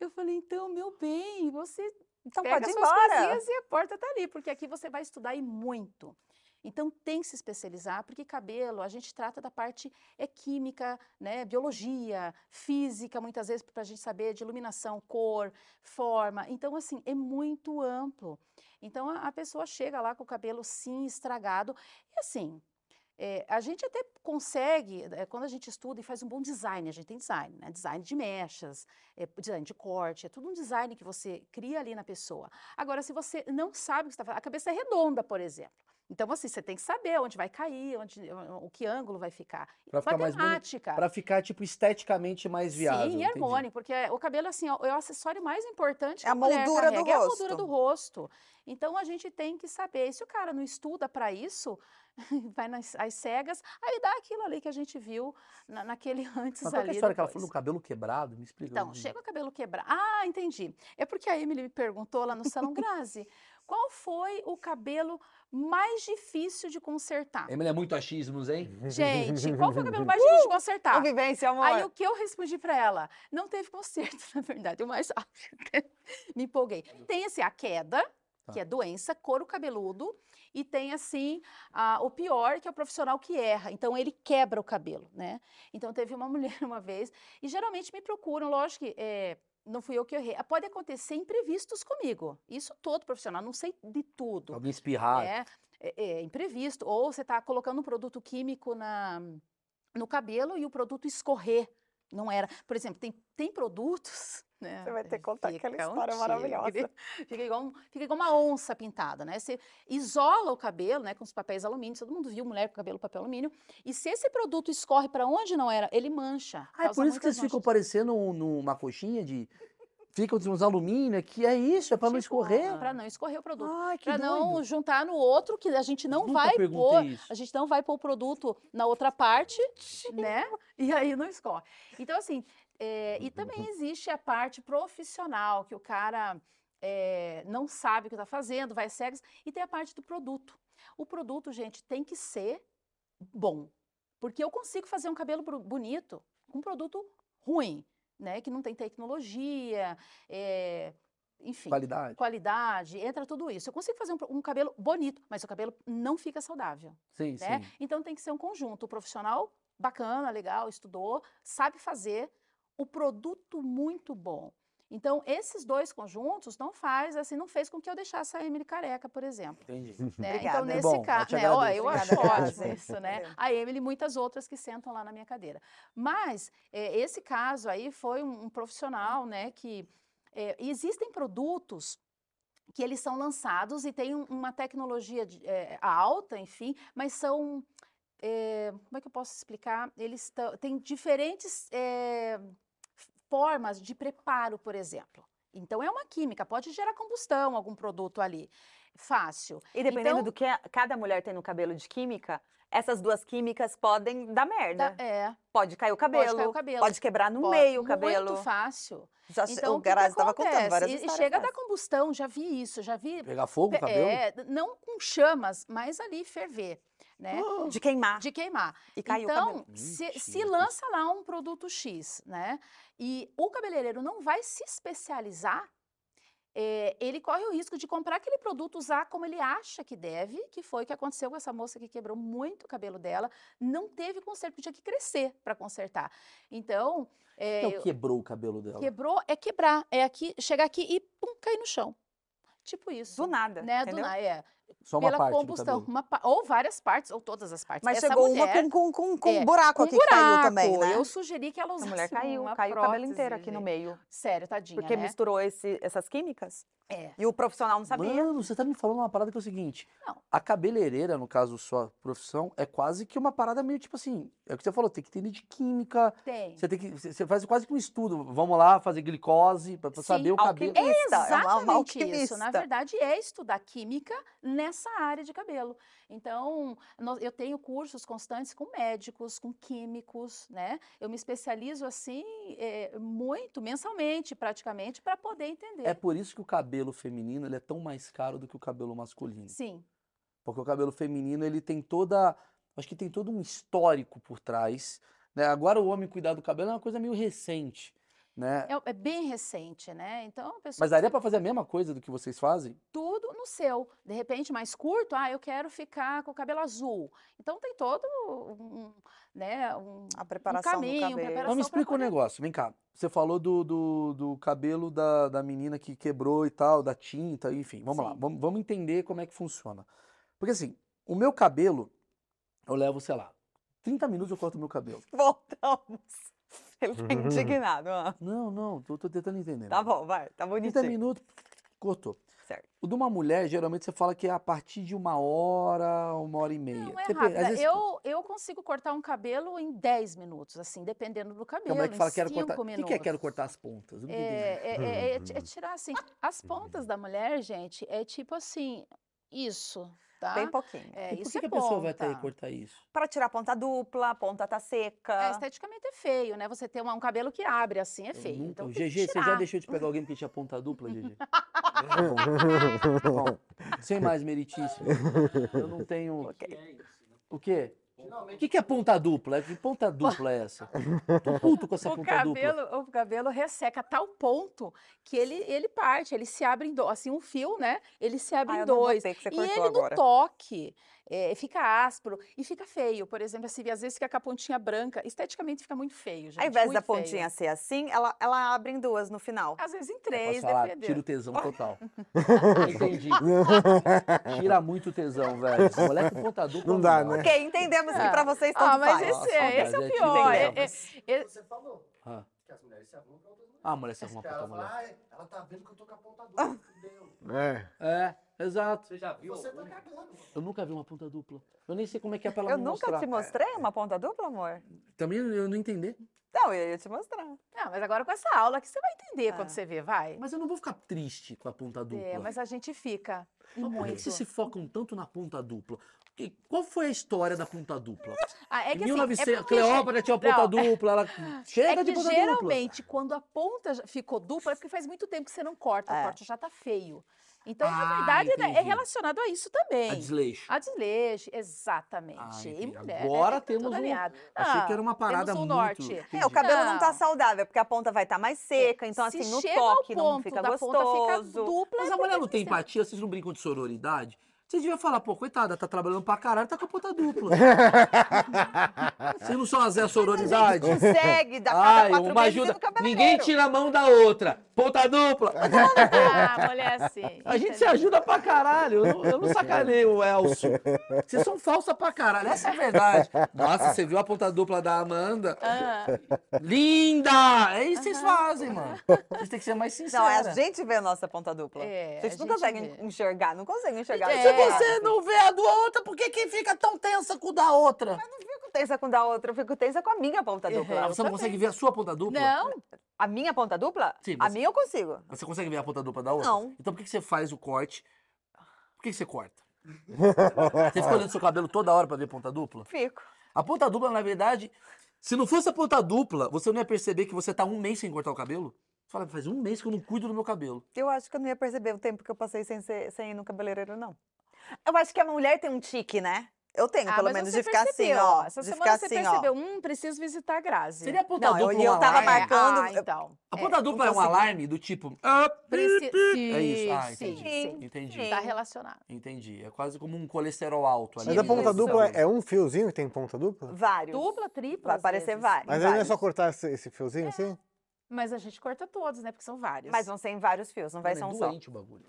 Eu falei, então, meu bem, você um Então pega pode ir as suas embora. coisinhas e a porta tá ali, porque aqui você vai estudar e muito. Então tem que se especializar, porque cabelo a gente trata da parte é química, né, biologia, física, muitas vezes para a gente saber de iluminação, cor, forma. Então assim é muito amplo. Então a, a pessoa chega lá com o cabelo sim estragado e assim é, a gente até consegue, é, quando a gente estuda e faz um bom design, a gente tem design, né? Design de mechas, é, p- design de corte, é tudo um design que você cria ali na pessoa. Agora, se você não sabe o que você está fazendo, a cabeça é redonda, por exemplo. Então, assim, você tem que saber onde vai cair, onde, o o que ângulo vai ficar. Pra ficar mais bonito. Matemática. Pra ficar, tipo, esteticamente mais viável. Sim, e entendi. harmônico, porque é- o cabelo assim, ó, é o acessório mais importante que É a mulher moldura do carrega, é a moldura rosto. do rosto. Então a gente tem que saber. E se o cara não estuda para isso, vai nas às cegas, aí dá aquilo ali que a gente viu na- naquele antes Mas qual que ali. é a história que ela depois. falou do cabelo quebrado? Me explica. Então, Luizinho. chega o cabelo quebrado. Ah, entendi. É porque a Emily me perguntou lá no Salão Grazi, qual foi o cabelo mais difícil de consertar? Emily, é Uh! muito achismos, hein? Gente, qual foi o cabelo mais difícil de consertar? Convivência, amor. tá. Aí o que eu respondi pra ela? Não teve conserto, na verdade. Eu mais né? me empolguei. Tem assim a queda, Tá. que é doença, couro cabeludo, e tem assim a- o pior, que é o profissional que erra. Então ele quebra o cabelo, né? Então teve uma mulher uma vez e geralmente me procuram, lógico que é, não fui eu que errei. Pode acontecer imprevistos comigo. Isso todo profissional, não sei de tudo Alguém espirrar. né? É, é imprevisto. Ou você está colocando um produto químico na, no cabelo e o produto escorrer. Não era. Por exemplo, tem, tem produtos. Né? Você vai ter que contar Fica aquela um história maravilhosa. Fica igual, um- fica igual uma onça pintada, né? Você isola o cabelo, né, com os papéis alumínio, todo mundo viu mulher com cabelo papel alumínio, e se esse produto escorre para onde não era, ele mancha. Ah, é causa por isso que muitas vocês ficam manchas. parecendo um- numa coxinha de... Ficam uns alumínio aqui, é isso, é pra não Tipo, escorrer. Pra não escorrer o produto. Ah, que Pra não doido. juntar no outro, que a gente não Nunca vai perguntei pôr. isso. A gente não vai pôr o produto na outra parte, né? E aí não escorre. Então, assim, é, e também existe a parte profissional, que o cara é, não sabe o que está fazendo, vai cegas, e tem a parte do produto. O produto, gente, tem que ser bom. Porque eu consigo fazer um cabelo bru- bonito com um produto ruim, né? Que não tem tecnologia, é, enfim Qualidade. qualidade, entra tudo isso. Eu consigo fazer um, pro- um cabelo bonito, mas o cabelo não fica saudável, Sim, né? sim. Então tem que ser um conjunto. O profissional bacana, legal, estudou, sabe fazer, o produto muito bom. Então esses dois conjuntos não faz assim, não fez com que eu deixasse a Emily careca, por exemplo. Entendi. né? Obrigada. Então nesse é Bom, eu caso, te né? ó, agradeço. eu Obrigada, acho Grazi. ótimo isso, né? É. A Emily e muitas outras que sentam lá na minha cadeira. Mas eh, esse caso aí foi um, um profissional, né, que eh, existem produtos que eles são lançados e tem um- uma tecnologia de- eh, alta, enfim, mas são eh, como é que eu posso explicar? Eles tão- têm diferentes eh, formas de preparo, por exemplo. Então é uma química, pode gerar combustão algum produto ali, fácil. E dependendo Então- do que a- cada mulher tem no cabelo de química, essas duas químicas podem dar merda. Da- é, Pode cair o pode né? cabelo, cair o cabelo. pode quebrar no Então, pode- meio o Muito cabelo. fácil. Já che- Então, o o que que Garaz estava acontece? contando várias E- e histórias. chega da dessas. combustão, já vi isso, já vi. Pegar fogo no pe- cabelo? é, não com chamas, mas ali ferver, né? Ah, De queimar De queimar. e cair o cabelo. então, se, se Mentira. lança lá um produto X, né? E o cabeleireiro não vai se especializar, é, ele corre o risco de comprar aquele produto, usar como ele acha que deve, que foi o que aconteceu com essa moça que quebrou muito o cabelo dela, não teve conserto, porque tinha que crescer para consertar. Então, é, Então quebrou o cabelo dela. quebrou é quebrar, é aqui, chegar aqui e pum, cair no chão. Tipo isso. Do nada. né? Do entendeu? na- é. Só uma Pela parte combustão. do cabelo. uma pa- ou várias partes, ou todas as partes. Mas Essa chegou mulher, uma com, com, com, com é, um buraco com aqui que caiu também, buraco. né? Eu sugeri que ela A usasse mulher caiu, uma caiu o cabelo inteiro prótese, aqui no gente. meio. Sério, tadinha, Porque né? misturou esse- essas químicas É. e o profissional não sabia. Mano, você tá me falando uma parada que é o seguinte. Não. A cabeleireira, no caso, sua profissão, é quase que uma parada meio tipo assim. É o que você falou, tem que entender de química. Tem. Você tem que. Você você faz quase que um estudo. Vamos lá, fazer glicose pra, pra Sim, saber o cabelo. Alquimista. é uma- uma Exatamente isso. Na alquimista. verdade, é estudar química nessa área de cabelo. Então, nó- eu tenho cursos constantes com médicos, com químicos, né? Eu me especializo assim é, muito, mensalmente, praticamente, para poder entender. É por isso que o cabelo feminino ele é tão mais caro do que o cabelo masculino. Sim, Porque o cabelo feminino, ele tem toda. Acho que tem todo um histórico por trás. né? Agora o homem cuidar do cabelo é uma coisa meio recente, né? é, é bem recente, né? Então, a pessoa Mas daria pra fazer a mesma coisa do que vocês fazem? tudo no seu. De repente, mais curto, ah, eu quero ficar com o cabelo azul. Então, tem todo um, né, um A preparação caminho, do cabelo. preparação. Era Mas me só pra explica um poder- negócio, vem cá. Você falou do, do, do cabelo da, da menina que quebrou e tal, da tinta, enfim. Vamos lá, Sim. vamos, vamos entender como é que funciona. Porque assim, o meu cabelo, eu levo, sei lá, 30 minutos eu corto meu cabelo. Voltamos. Ele tá indignado. ó. Não, não, tô, tô tentando entender. Tá bom, vai. 30 Tá bonitinho. minutos, cortou. Certo. O de uma mulher, geralmente você fala que é a partir de uma hora, uma hora e meia. Não, é Depe- às rápida. vezes- Eu, eu consigo cortar um cabelo em 10 minutos, assim, dependendo do cabelo, Tem mulher que em fala quero 5 cortar. O que minutos. que é quero cortar as pontas? Eu não entendi. É, é- é- é ti- Uhum. é tirar, assim, as pontas da mulher, gente, é tipo assim, isso, tá? Bem pouquinho. É, E por isso que, é que a pessoa vai até ponta. cortar isso? Pra tirar a ponta dupla, a ponta tá É, seca. esteticamente é feio, né? Você ter uma- um cabelo que abre assim é Eu feio. nunca- Então, GG, tem que você já tirar. deixou de pegar alguém porque tinha ponta dupla, GG? Tá né? Bom, sem mais meritíssimo. Eu não tenho. Ok. O quê? O que, que é ponta dupla? Que ponta dupla é essa? Tô puto com essa O ponta é dupla. cabelo, o cabelo resseca a tal ponto que ele, ele parte, ele se abre em dois, assim, um fio, né? Ele se abre Ah, em eu não dois. notei que você E cortou ele agora. no toque é, fica áspero e fica feio. Por exemplo, assim, às vezes fica com a pontinha branca. Esteticamente fica muito feio, gente. Ao invés muito da feio. É. pontinha assim, ser assim, ela, ela abre em duas no final. Às vezes em Posso três, falar? dependendo. Tira o tesão total. Entendi. Tira muito tesão, velho. Moleque é ponta dupla. Não dá, né? Ok, entendemos que Ah. pra vocês tanto Ah, mas faz. esse é, esse é o Saudade, é pior. é- tira é- é- Você falou Ah, que as mulheres se arrumam pra outras mulheres. ah, mulher se Esse arruma pra cara tua fala, mulher. ah, é, ela tá vendo que eu tô com a ponta Ah. dupla, fudeu. É. É, exato. Você já viu? Você tá cagando. Eu nunca vi uma ponta dupla. Eu nem sei como é que é pra ela é, Eu me nunca mostrar. te mostrei uma ponta dupla, amor? Também eu não entender. Não, eu ia te mostrar. É, Não, mas agora com essa aula que você vai entender quando Ah. você vê, vai. Mas eu não vou ficar triste com a ponta dupla. É, mas a gente fica. E Mas Por que que muito. vocês se focam tanto na ponta dupla? Que- Qual foi a história da ponta dupla? Ah, é Em que assim, é 1900, porque, gente, Cleópatra tinha uma ponta não, é- dupla, ela chega é tá de que ponta geralmente, quando a ponta já ficou dupla, é porque faz muito tempo que você não corta, É. o corte já tá feio. Então, na Ah, verdade, né, é entendi. relacionado a isso dupla. A também. desleixo. A desleixo, exatamente. Ah, e entendi. mulher, né, Agora tem que tá tudo temos um- alinhado. Achei que Ah, era uma parada temos um muito... norte. É, o É, o Entendi. cabelo não tá Não. saudável, porque a ponta vai estar mais seca, então É, Se assim, no chega toque ao não ponto fica da ponta ficar gostoso. dupla, Mas é a mulher porque não tem você- empatia, vocês não brincam de sororidade? Vocês deviam falar, pô, coitada, tá trabalhando pra caralho, tá com a ponta dupla. Vocês não são a Zé A gente Sororidade? consegue dar cada Ai, quatro uma meses ajuda. do cabeleireiro. Ninguém tira a mão da outra. Ponta dupla. Ah, mulher assim. A gente se entendeu? ajuda pra caralho. Eu não, eu não sacanei o Elcio. Vocês são falsa pra caralho. Essa é a verdade. Nossa, você viu a ponta dupla da Amanda? Ah, Linda! É isso que vocês fazem, mano. Vocês têm que ser mais sinceros. Não, é a gente vê a nossa ponta dupla. É, a gente não a gente consegue vê. enxergar, não consegue enxergar. Gente, Se é. você não vê a do outra, por que, que fica tão tensa com o da outra? Eu fico tensa com o da outra, eu fico tensa com a minha ponta É. Ah, dupla. você não consegue ver a sua ponta dupla? não, A minha ponta dupla? Sim, A mas- minha eu consigo. Você consegue ver a ponta dupla da outra? Não. Então por que que você faz o corte? Por que que você corta? Você fica olhando seu cabelo toda hora pra ver ponta dupla? Fico. A ponta dupla, na verdade, se não fosse a ponta dupla, você não ia perceber que você tá um mês sem cortar o cabelo? Você fala, faz um mês que eu não cuido do meu cabelo. Eu acho que eu não ia perceber o tempo que eu passei sem, ser- sem ir no cabeleireiro, não. Eu acho que a mulher tem um tique, né? Eu tenho, Ah, pelo mas menos, você de ficar percebeu. assim, ó. Essa de semana ficar você assim, ó. percebeu. Hum, preciso visitar a Grazi. Seria a ponta É. Não, eu- dupla eu um tava alarme? É, marcando- Ah, então. A ponta dupla é um assim, consegui. alarme do tipo... "Ah, Preci- É isso. Ah, Sim, entendi. sim. Entendi. É. Tá relacionado. Entendi. É quase como um colesterol alto ali. né? Mas a ponta Isso. dupla é um fiozinho que tem ponta dupla? Vários. Dupla, tripla. Vai às aparecer vezes. vários. Mas aí não é vários. só cortar esse, esse fiozinho assim? Mas a gente corta todos, né? Porque são vários. Mas vão ser em vários fios, não vai ser Mano, um é só. doente o bagulho.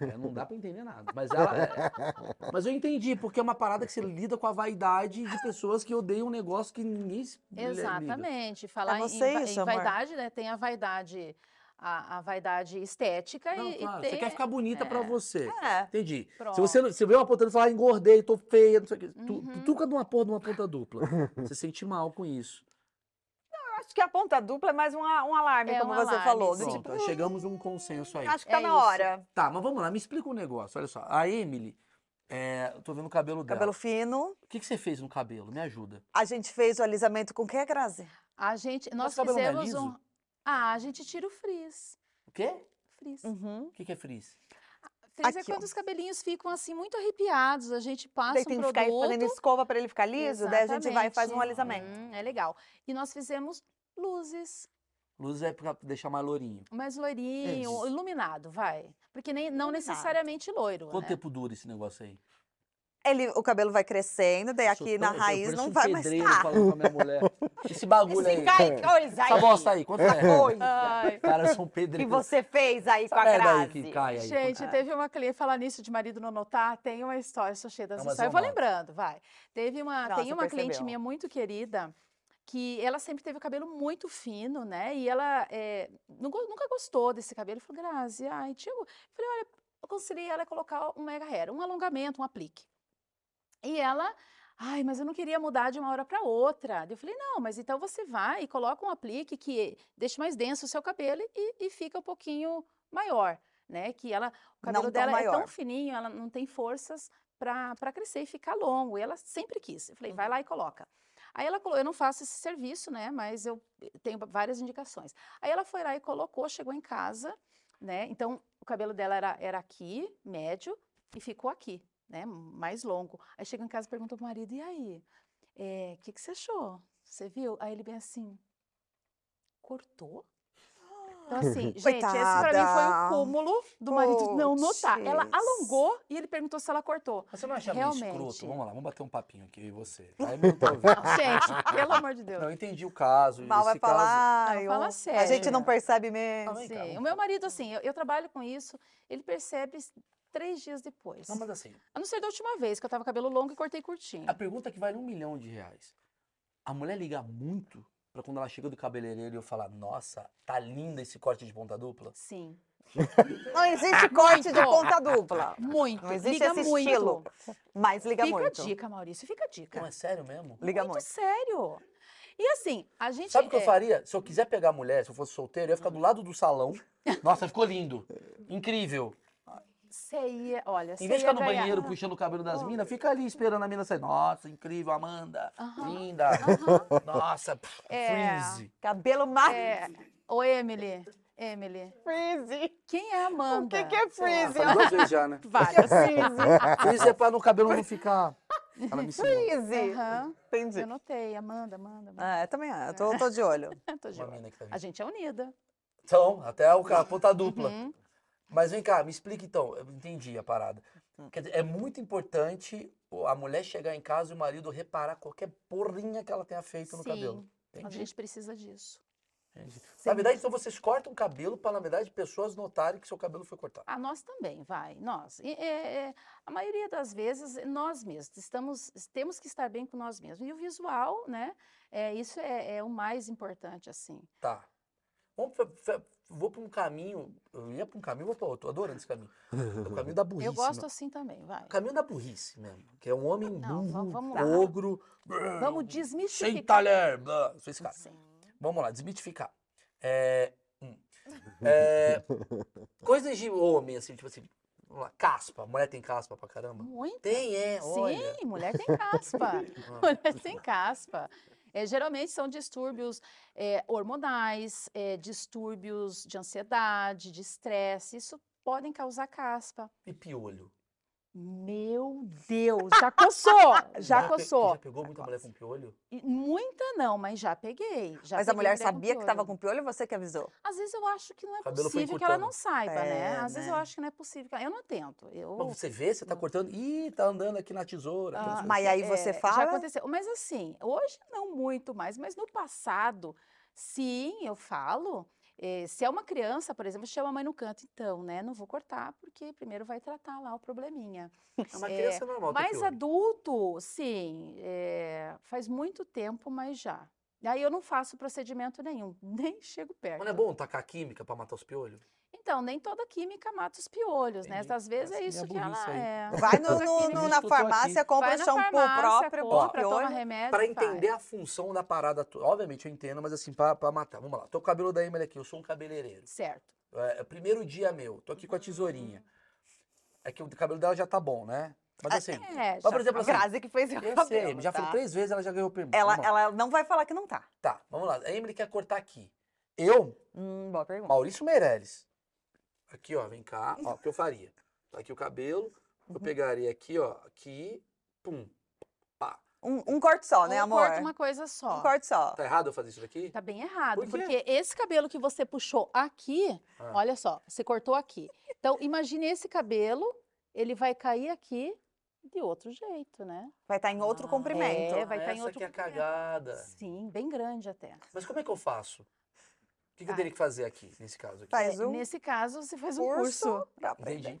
É, não dá pra entender nada. Mas, ela, é- mas eu entendi, porque é uma parada que você lida com a vaidade de pessoas que odeiam um negócio que ninguém se liga. Exatamente. Falar em- É você em, va- isso, em amor. vaidade, né? Tem a vaidade, a, a vaidade estética Não, e, e claro, tem. Você quer ficar bonita pra você. É. Entendi. Pronto. Se você, não- você vê uma ponta dupla e fala, "Ah, engordei, tô feia, não sei o quê. Tu, Uhum. tu, tu de uma porra de uma ponta dupla. Você sente mal com isso. Eu acho que a ponta dupla é mais um, a- um alarme, É como um você alarme, falou. Do sim. tipo, Pronto, chegamos a um consenso aí. acho que tá É na isso. hora. Tá, mas vamos lá, me explica um negócio. Olha só, a Emily, é, eu tô vendo o cabelo dela. Cabelo fino. O que, que você fez no cabelo? Me ajuda. A gente fez o alisamento com o que, Grazi? A gente, nós Nosso cabelo não é fizemos um. liso? Ah, a gente tira o frizz. O quê? Frizz. Uhum. O que, que é frizz? Frizz é Aqui, ó. quando os cabelinhos ficam assim muito arrepiados. A gente passa Daí um tem que ficar fazendo produto. escova pra ele ficar liso, daí a gente vai e faz um Exatamente. alisamento. Hum, é legal. E nós fizemos luzes, Luz é pra deixar mais lourinho. mais loirinho, Entendi. iluminado, vai. Porque nem, não Iluminado. necessariamente loiro, Quanto né? tempo dura esse negócio aí? Ele, o cabelo vai crescendo, daí Eu sou É, aqui na tão- eu raiz pareço não um vai mais tá. pedreiro estar. falando com a minha mulher. Esse bagulho aí. coisa Essa bosta aí, quanto é? Ai. Cara, são pedreiros. que você fez aí com Essa a merda aí Grazi. que cai aí. Gente, teve uma cliente, falar nisso de marido não notar, tem uma história, sou cheia das Não, mas histórias, eu vou vamos lá. lembrando, vai. Teve uma, Nossa, tem uma cliente percebeu. minha muito querida, que ela sempre teve o cabelo muito fino, né? E ela é, não go- nunca gostou desse cabelo. Falou, Grazi, ai, tio. Eu falei, olha, eu aconselhei ela a colocar um mega hair, um alongamento, um aplique. E ela, ai, mas eu não queria mudar de uma hora para outra. Daí Eu falei, não, mas então você vai e coloca um aplique que deixe mais denso o seu cabelo e, e fica um pouquinho maior, né? Que ela, o Não cabelo tão dela é tão maior. fininho, ela não tem forças para crescer e ficar longo. E ela sempre quis. Eu Uhum. falei, vai lá e coloca. Aí ela colocou, eu não faço esse serviço, né? Mas eu tenho ba- várias indicações. Aí ela foi lá e colocou, chegou em casa, né? Então o cabelo dela era, era aqui, médio, e ficou aqui, né? Mais longo. Aí chegou em casa e perguntou pro marido: e aí? O que, que você achou? Você viu? Aí ele bem assim: cortou? Então, assim, gente, esse pra mim foi Coitada. o cúmulo do marido não notar. Ela Puts. alongou e ele perguntou se ela cortou. Mas Ah, você não acha meio Realmente. escroto? Vamos lá, vamos bater um papinho aqui, eu e você. Aí eu não tô ouvindo. Gente, pelo amor de Deus. Não, eu entendi o caso. Mal vai esse caso- falar. Não, ai, fala o- A sério. gente não percebe mesmo. Calma aí, Sim, cara, então vamos o meu falar. marido, assim, eu, eu trabalho com isso, ele percebe s- três dias depois. Não, mas assim, A não ser da última vez, que eu tava com cabelo longo e cortei curtinho. a pergunta que vale um milhão de reais. A mulher liga muito pra quando ela chega do cabeleireiro e eu falar, nossa, tá linda esse corte de ponta dupla? Sim, Não existe corte de Muito. ponta dupla. muito, Não existe liga esse muito. estilo. Mas liga fica muito. a dica, Maurício, fica a dica. Não, é sério mesmo? Liga muito, muito. sério. E assim, a gente... Sabe o que eu é, faria? Se eu quiser pegar a mulher, se eu fosse solteiro, eu ia ficar do lado do salão. Nossa, ficou lindo. Incrível. Você ia, olha, você Em vez de ia ficar no ganhar. Uhum. banheiro puxando o cabelo das minas, fica ali esperando a mina sair. Nossa, incrível, Amanda. Aham, Linda. aham. Nossa, pff, É. freeze. Cabelo mais É, ô Emily, Emily, frizzy. quem é a O Amanda? que, que é frizzy? duas vezes já, né? Várias. Freeze é pra no cabelo não ficar. Ela me ensinou. Frizzy. Aham, Entendi. eu notei, Amanda, Amanda, Amanda. É, também é. Tô, tô de olho. Tô de Uma olho. mina que tá A vindo. gente é unida. Então, até o cara, ponta dupla. Uhum. Mas vem cá, me explica então. Eu entendi a parada. Quer dizer, é muito importante o- a mulher chegar em casa e o marido reparar qualquer porrinha que ela tenha feito no cabelo. A Entendi. gente precisa disso. Entendi. Na verdade, então vocês cortam o cabelo para, na verdade, pessoas notarem que seu cabelo foi cortado. A Ah, nós também, vai, nós. E, é, é, a maioria das vezes, é nós mesmos. Estamos, temos que estar bem com nós mesmos. E o visual, né? É, isso é, é o mais importante, assim. Tá. Vamos pra- pra- vou para um caminho. Eu ia para um caminho, vou para outro. Tô adorando esse caminho. É o caminho da burrice. Eu gosto mano. assim também, vai. O caminho da burrice mesmo. Que é um homem Não, va- burro, vamos lá. ogro. Vamos Sem desmistificar. Uhum. assim. talher. blá, sou esse cara. Sim. Vamos lá, desmitificar. É, hum. É, coisas de homem, assim, tipo assim, vamos lá, caspa. Mulher tem caspa pra caramba? Muito. Tem, é, olha. Ah, Sim, mulher tem caspa. mulher tem caspa. É, geralmente são distúrbios é, hormonais, é, distúrbios de ansiedade, de estresse. Isso podem causar caspa. E piolho. Meu Deus, já coçou, já pe- coçou. Já pegou muita mulher com piolho? E Muita não, mas já peguei. já Mas a peguei mulher com sabia que piolho. tava com piolho ou você que avisou? Às vezes eu acho que não é Cabelo foi possível que ela não encurtando. saiba, né? É, Às vezes eu né? acho que não é possível. que ela- Eu não tento. Eu... Mas você vê, você tá cortando. Ih, tá andando aqui na tesoura. aquelas Ah, coisas Mas assim. aí você É, Já fala. aconteceu. Mas assim, hoje não muito mais, mas no passado, sim, eu falo. Eh, se é uma criança, por exemplo, chama a mãe no canto, então, né? Não vou cortar, porque primeiro vai tratar lá o probleminha. É uma é, criança normal. tem Mas piolho. adulto, sim, eh, faz muito tempo, mas já. Aí eu não faço procedimento nenhum, nem chego perto. Mas não é bom tacar química pra matar os piolhos? Então, nem toda química mata os piolhos, né? Entendi. Às vezes é Essa é isso a que ela burrice aí. é. Vai no- Toda química- no- no- Ele escutou na aqui. farmácia, compra Vai o na um shampoo farmácia, próprio pro compra, toma piolho. remédio, Pra faz. entender a função da parada, to- obviamente eu entendo, mas assim, pra, pra matar. Vamos lá, tô com o cabelo da Emily aqui, eu sou um cabeleireiro. Certo. É, é primeiro dia meu, tô aqui com a tesourinha. Hum. É que o cabelo dela já tá bom, né? Mas assim, É, mas já por exemplo, A assim, Grazi que fez o eu sei, cabelo, já falei tá? três vezes, ela já ganhou o permissão. Ela, vamos lá. ela não vai falar que não tá. Tá, vamos lá, a Emily quer cortar aqui. Eu, Hum, boa pergunta. Maurício Meirelles, aqui ó, vem cá, ó, o que eu faria? Tá aqui o cabelo, eu Uhum. pegaria aqui ó, aqui, pum, pá. Um, um corte só, né, Ou amor? corta uma coisa só. Um corte só. Tá errado eu fazer isso daqui? Tá bem errado, Por quê? porque esse cabelo que você puxou aqui, Ah. olha só, você cortou aqui. Então, imagine esse cabelo, ele vai cair aqui de outro jeito, né? Vai estar em outro Ah, comprimento. é, vai tá em essa outro que é a comprimento. cagada. Sim, bem grande até. Mas como é que eu faço? O que, que eu Ah. teria que fazer aqui, nesse caso aqui? Faz É, um Nesse caso, você faz um curso, curso. pra aprender.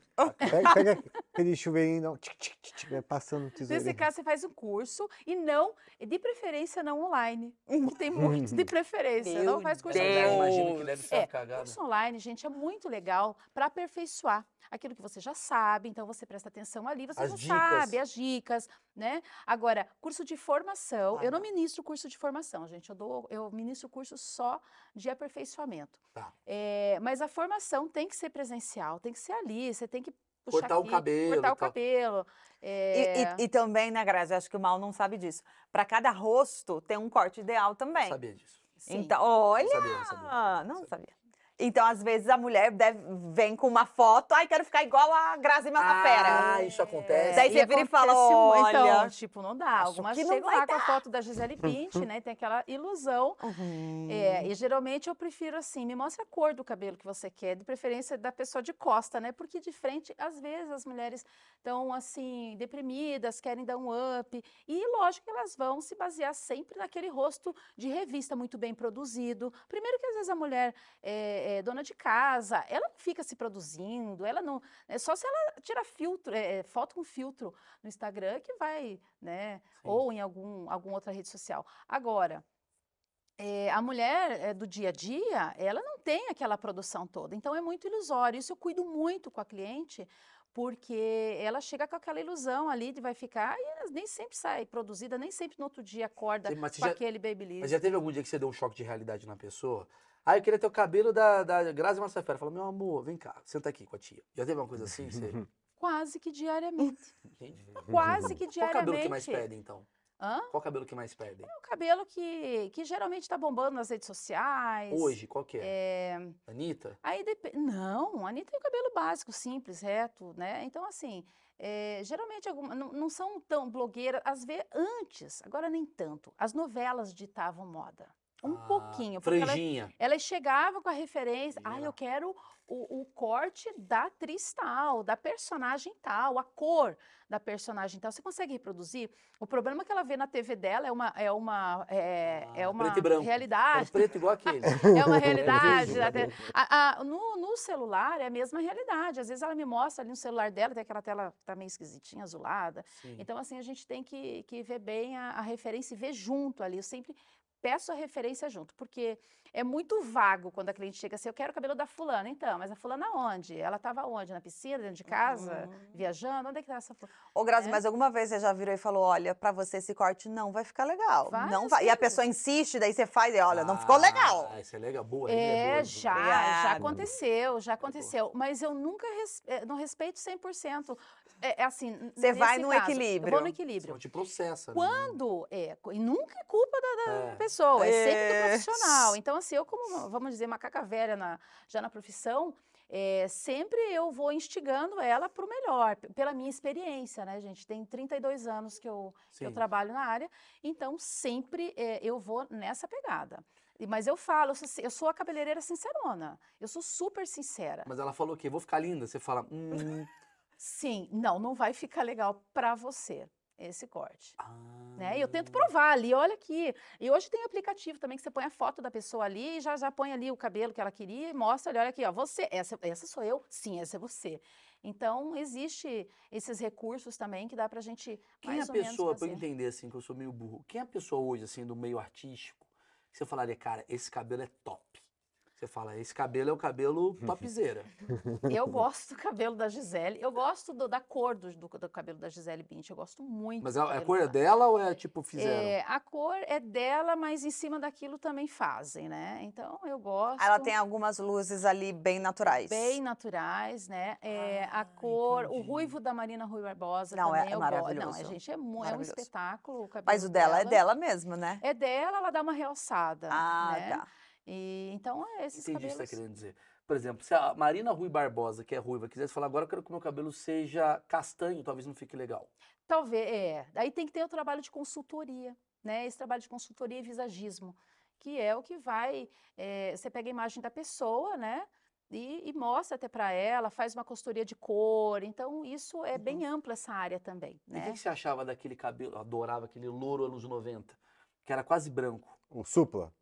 Entendi. É. Pega, pega aquele chuveirinho, dá um tic, tic, tic, tic, vai passando um tesourinha. Nesse caso, você faz um curso e não, de preferência, não online. Uhum. Que tem muitos de preferência. Meu não faz curso Mas eu online. imagino que deve ser uma É, cagada. Curso online, gente, é muito legal para aperfeiçoar aquilo que você já sabe, então você presta atenção ali, você As já dicas. sabe as dicas, né? Agora, curso de formação, Ah, eu não não. ministro curso de formação, gente, eu dou, eu ministro curso só de aperfeiçoamento. Tá. É, mas a formação tem que ser presencial, tem que ser ali, você tem que puxar Cortar o aqui, cabelo cortar e o tal. cabelo. E- é, E, e também, né, Grazi? Eu acho que o mal não sabe disso. Pra cada rosto tem um corte ideal Não também. sabia disso. sim. Então, olha! Não sabia, não sabia. Ah, não sabia. Então, às vezes, a mulher deve, vem com uma foto, ai, quero ficar igual a Grazi Massafera. Ah, isso acontece. Daí você vira e fala, acontece mu- "Olha, Então, tipo, não dá. acho Algumas que não chegam vai lá com a foto da Gisele Bündchen, né? Tem aquela ilusão Uhum. É, e geralmente eu prefiro assim, me mostra a cor do cabelo que você quer, de preferência da pessoa de costa, né? Porque de frente, às vezes, as mulheres estão assim, deprimidas, querem dar um up. E lógico que elas vão se basear sempre naquele rosto de revista muito bem produzido. Primeiro que às vezes a mulher é, é dona de casa, ela não fica se produzindo, ela não. É só se ela tira filtro, é, é, foto com filtro no Instagram que vai, né? Ou em algum, alguma outra rede social. Agora é, a mulher é, do dia a dia, ela não tem aquela produção toda. Então é muito ilusório. Isso eu cuido muito com a cliente, porque ela chega com aquela ilusão ali de vai ficar e ela nem sempre sai produzida, nem sempre no outro dia acorda Sim, mas você com já- aquele babyliss. Mas já teve algum dia que você deu um choque de realidade na pessoera? Ah, eu queria ter o cabelo da, da Grazi Massafera. Fala, meu amor, vem cá, senta aqui com a tia. Já teve uma coisa assim? Você... Quase que diariamente. Entende? Quase que Qual cabelo que mais diariamente. pedem, então? Hã? Qual cabelo que mais pedem? É o cabelo que, que geralmente está bombando nas redes sociais. Hoje, qual que é? É, Anitta? Aí depende. Não, a Anitta tem o cabelo básico, simples, reto, né? Então, assim, eh, geralmente alguma- não, não são tão blogueiras. Às vezes, antes, agora nem tanto, as novelas ditavam moda. Um Ah, pouquinho. Porque elas, Franjinha. elas chegavam com a referência. Ah, Menina. eu quero o, o corte da atriz tal, da personagem tal, a cor da personagem tal. Você consegue reproduzir? O problema que ela vê na TV dela é uma, é uma, é, é Ah, uma preto e branco. realidade. Era preto igual aquele. É uma Eu realidade. vejo, né? cabelo. A- a- no, no celular é a mesma realidade. Às vezes ela me mostra ali no celular dela, tem aquela tela que tá meio esquisitinha, azulada. Sim. Então, assim, a gente tem que, que ver bem a, a referência e ver junto ali. Eu sempre peço a referência junto, porque é muito vago quando a cliente chega assim, eu quero o cabelo da fulana, então, mas a fulana onde? Ela estava onde? Na piscina, dentro de casa, Uhum. viajando? Onde é que tá essa fulana? Ô, Grazi, né? mas alguma vez você já virou e falou, olha, pra você esse corte não vai ficar legal. não Várias vai. E a vezes. pessoa insiste, daí você faz e olha, não ficou legal. Ah, isso é legal. Boa, Emily, é boa, É, boa. já, já Obrigada. aconteceu, já aconteceu. Mas eu nunca res- eh, não respeito 100%. É, é assim, n- Você vai nesse num caso, Eu equilíbrio. vou Senão no equilíbrio. te processa. né? Quando é, co- e nunca é culpa da, da É. pessoa, é sempre É. do profissional. Então assim, eu como, uma- vamos dizer, macaca velha na- já na profissão, É, sempre eu vou instigando ela para o melhor, p- pela minha experiência, né, gente? Tem 32 anos que eu, que eu Sim. trabalho na área, então sempre é, eu vou nessa pegada. E- Mas eu falo, eu sou, si- eu sou a cabeleireira sincerona, eu sou super sincera. Mas ela falou o quê? Vou ficar linda? Você fala, hum. Sim, não, não vai ficar legal para você esse corte. ah, Né? E eu tento provar ali, olha aqui. E hoje tem um aplicativo também que você põe a foto da pessoa ali e já já põe ali o cabelo que ela queria e mostra ali, olha aqui, ó, você, essa, essa sou eu, sim, essa é você. Então, existe esses recursos também que dá pra gente Quem é mais a ou menos pessoa, pra eu fazer. entender assim, que eu sou meio burro, quem é a pessoa hoje, assim, do meio artístico, que você falaria, cara, esse cabelo é top? Você fala, esse cabelo é o cabelo topzeira. Eu gosto do cabelo da Gisele, eu gosto do- da cor do, do- do cabelo da Gisele Bint, eu gosto muito Mas do a, a cabelo cor é dela. dela ou é tipo, fizeram? É, a cor é dela, mas em cima daquilo também fazem, né? Então, eu gosto. Ela tem algumas luzes ali bem naturais. bem naturais, né? É, Ah, a cor, o entendi. ruivo da Marina Rui Barbosa Não, é também eu gosto. Não, é, maravilhoso, gente, é, mu- é um maravilhoso. espetáculo. O cabelo Mas o dela é dela mesmo, né? É dela, ela dá uma realçada, Ah, né? tá. E então é esses Entendi o que você está cabelos. querendo dizer. Por exemplo, se a Marina Rui Barbosa, que é ruiva, quisesse falar agora eu quero que o meu cabelo seja castanho, talvez não fique legal. Talvez, é. Aí tem que ter o trabalho de consultoria, né? Esse trabalho de consultoria e visagismo, que é o que vai. é, você pega a imagem da pessoa, né? E, e mostra até para ela, faz uma consultoria de cor. Então, isso é bem Uhum. ampla essa área também, E o que né? que você achava daquele cabelo? Eu adorava aquele louro anos 90, que era quase branco. Um supla.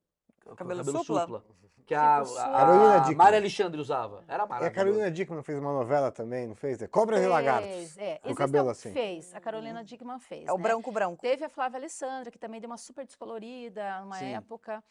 o Cabelo supla? Tipo Que a, a, supla. Carolina a Dickman. Maria Alexandre usava. Era E a maravilhoso. Carolina Dickman fez uma novela também, não fez? Cobras e Lagartos. Fez, É, Com Existem- cabelo assim. Fez, a Carolina Dickman fez. É o né? branco branco. Teve a Flávia Alessandra, que também deu uma super descolorida numa Sim. época.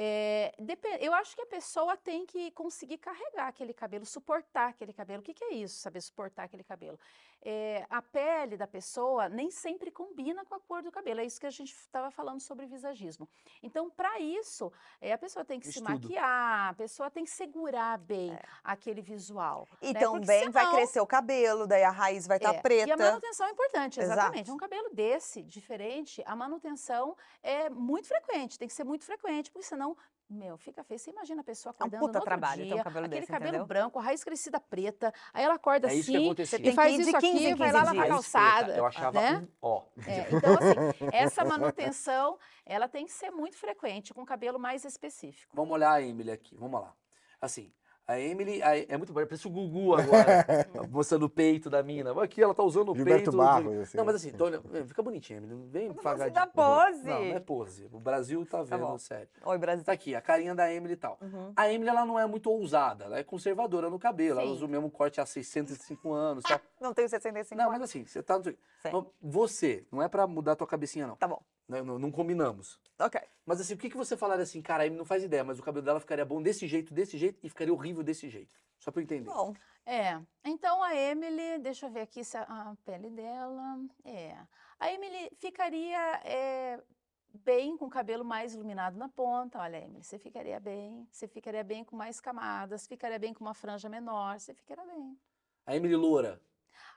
É, depe- eu acho que a pessoa tem que conseguir carregar aquele cabelo, suportar aquele cabelo. O que, que é isso, saber suportar aquele cabelo? É, a pele da pessoa nem sempre combina com a cor do cabelo. É isso que a gente estava falando sobre visagismo. Então, para isso, é, a pessoa tem que se Estudo. maquiar, a pessoa tem que segurar bem É. aquele visual. E né? Porque também vai senão- crescer o cabelo, daí a raiz vai estar é, E a tá preta. manutenção é importante, Exato. exatamente. Um cabelo desse, diferente, a manutenção é muito frequente, tem que ser muito frequente, porque senão, meu, fica feio. Você imagina a pessoa É um acordando no puta tá outro trabalho ter dia, um cabelo aquele desse, cabelo entendeu? branco, a raiz crescida preta, aí ela acorda É isso que assim, acontecia. Tipo tem e que faz ir de isso 15 em aqui, vai 15 lá Entendi, lavar a é isso que eu ia falar. calçada. Eu achava né? um ó. É, então, assim, essa manutenção, ela tem que ser muito frequente, com um cabelo mais específico. Vamos olhar a Emily aqui, vamos lá. Assim, a Emily a- é muito boa, parece o Gugu agora, mostrando o peito da mina. Olha Aqui ela tá usando o Gilberto peito. Barros, de- assim. Não, mas assim, tô olhando- é, fica bonitinha, Emily. Não Vem Não pagar de... você dá pose. Não, não é pose. O Brasil tá vendo, bom. sério. Oi, Brasil. Tá aqui, a carinha da Emily e tal. Uhum. A Emily, ela não é muito ousada, ela é conservadora no cabelo, ela Sim. Ah, usa o mesmo corte há 605 anos e tal. Não tenho 65 Não, mas assim, você tá... no- É. Sim. Mas Você, não é pra mudar tua cabecinha, não. Tá bom. Não, não- não combinamos. Ok. Mas assim, o que, que você falaria assim, cara, a Amy não faz ideia, mas o cabelo dela ficaria bom desse jeito, desse jeito e ficaria horrível desse jeito. Só pra eu entender. Bom. É, então a Emily, deixa eu ver aqui se a, a pele dela. É. A Emily ficaria é, bem com o cabelo mais iluminado na ponta. Olha, Emily, você ficaria bem. Você ficaria bem com mais camadas, ficaria bem com uma franja menor, você ficaria bem. A Emily Loura.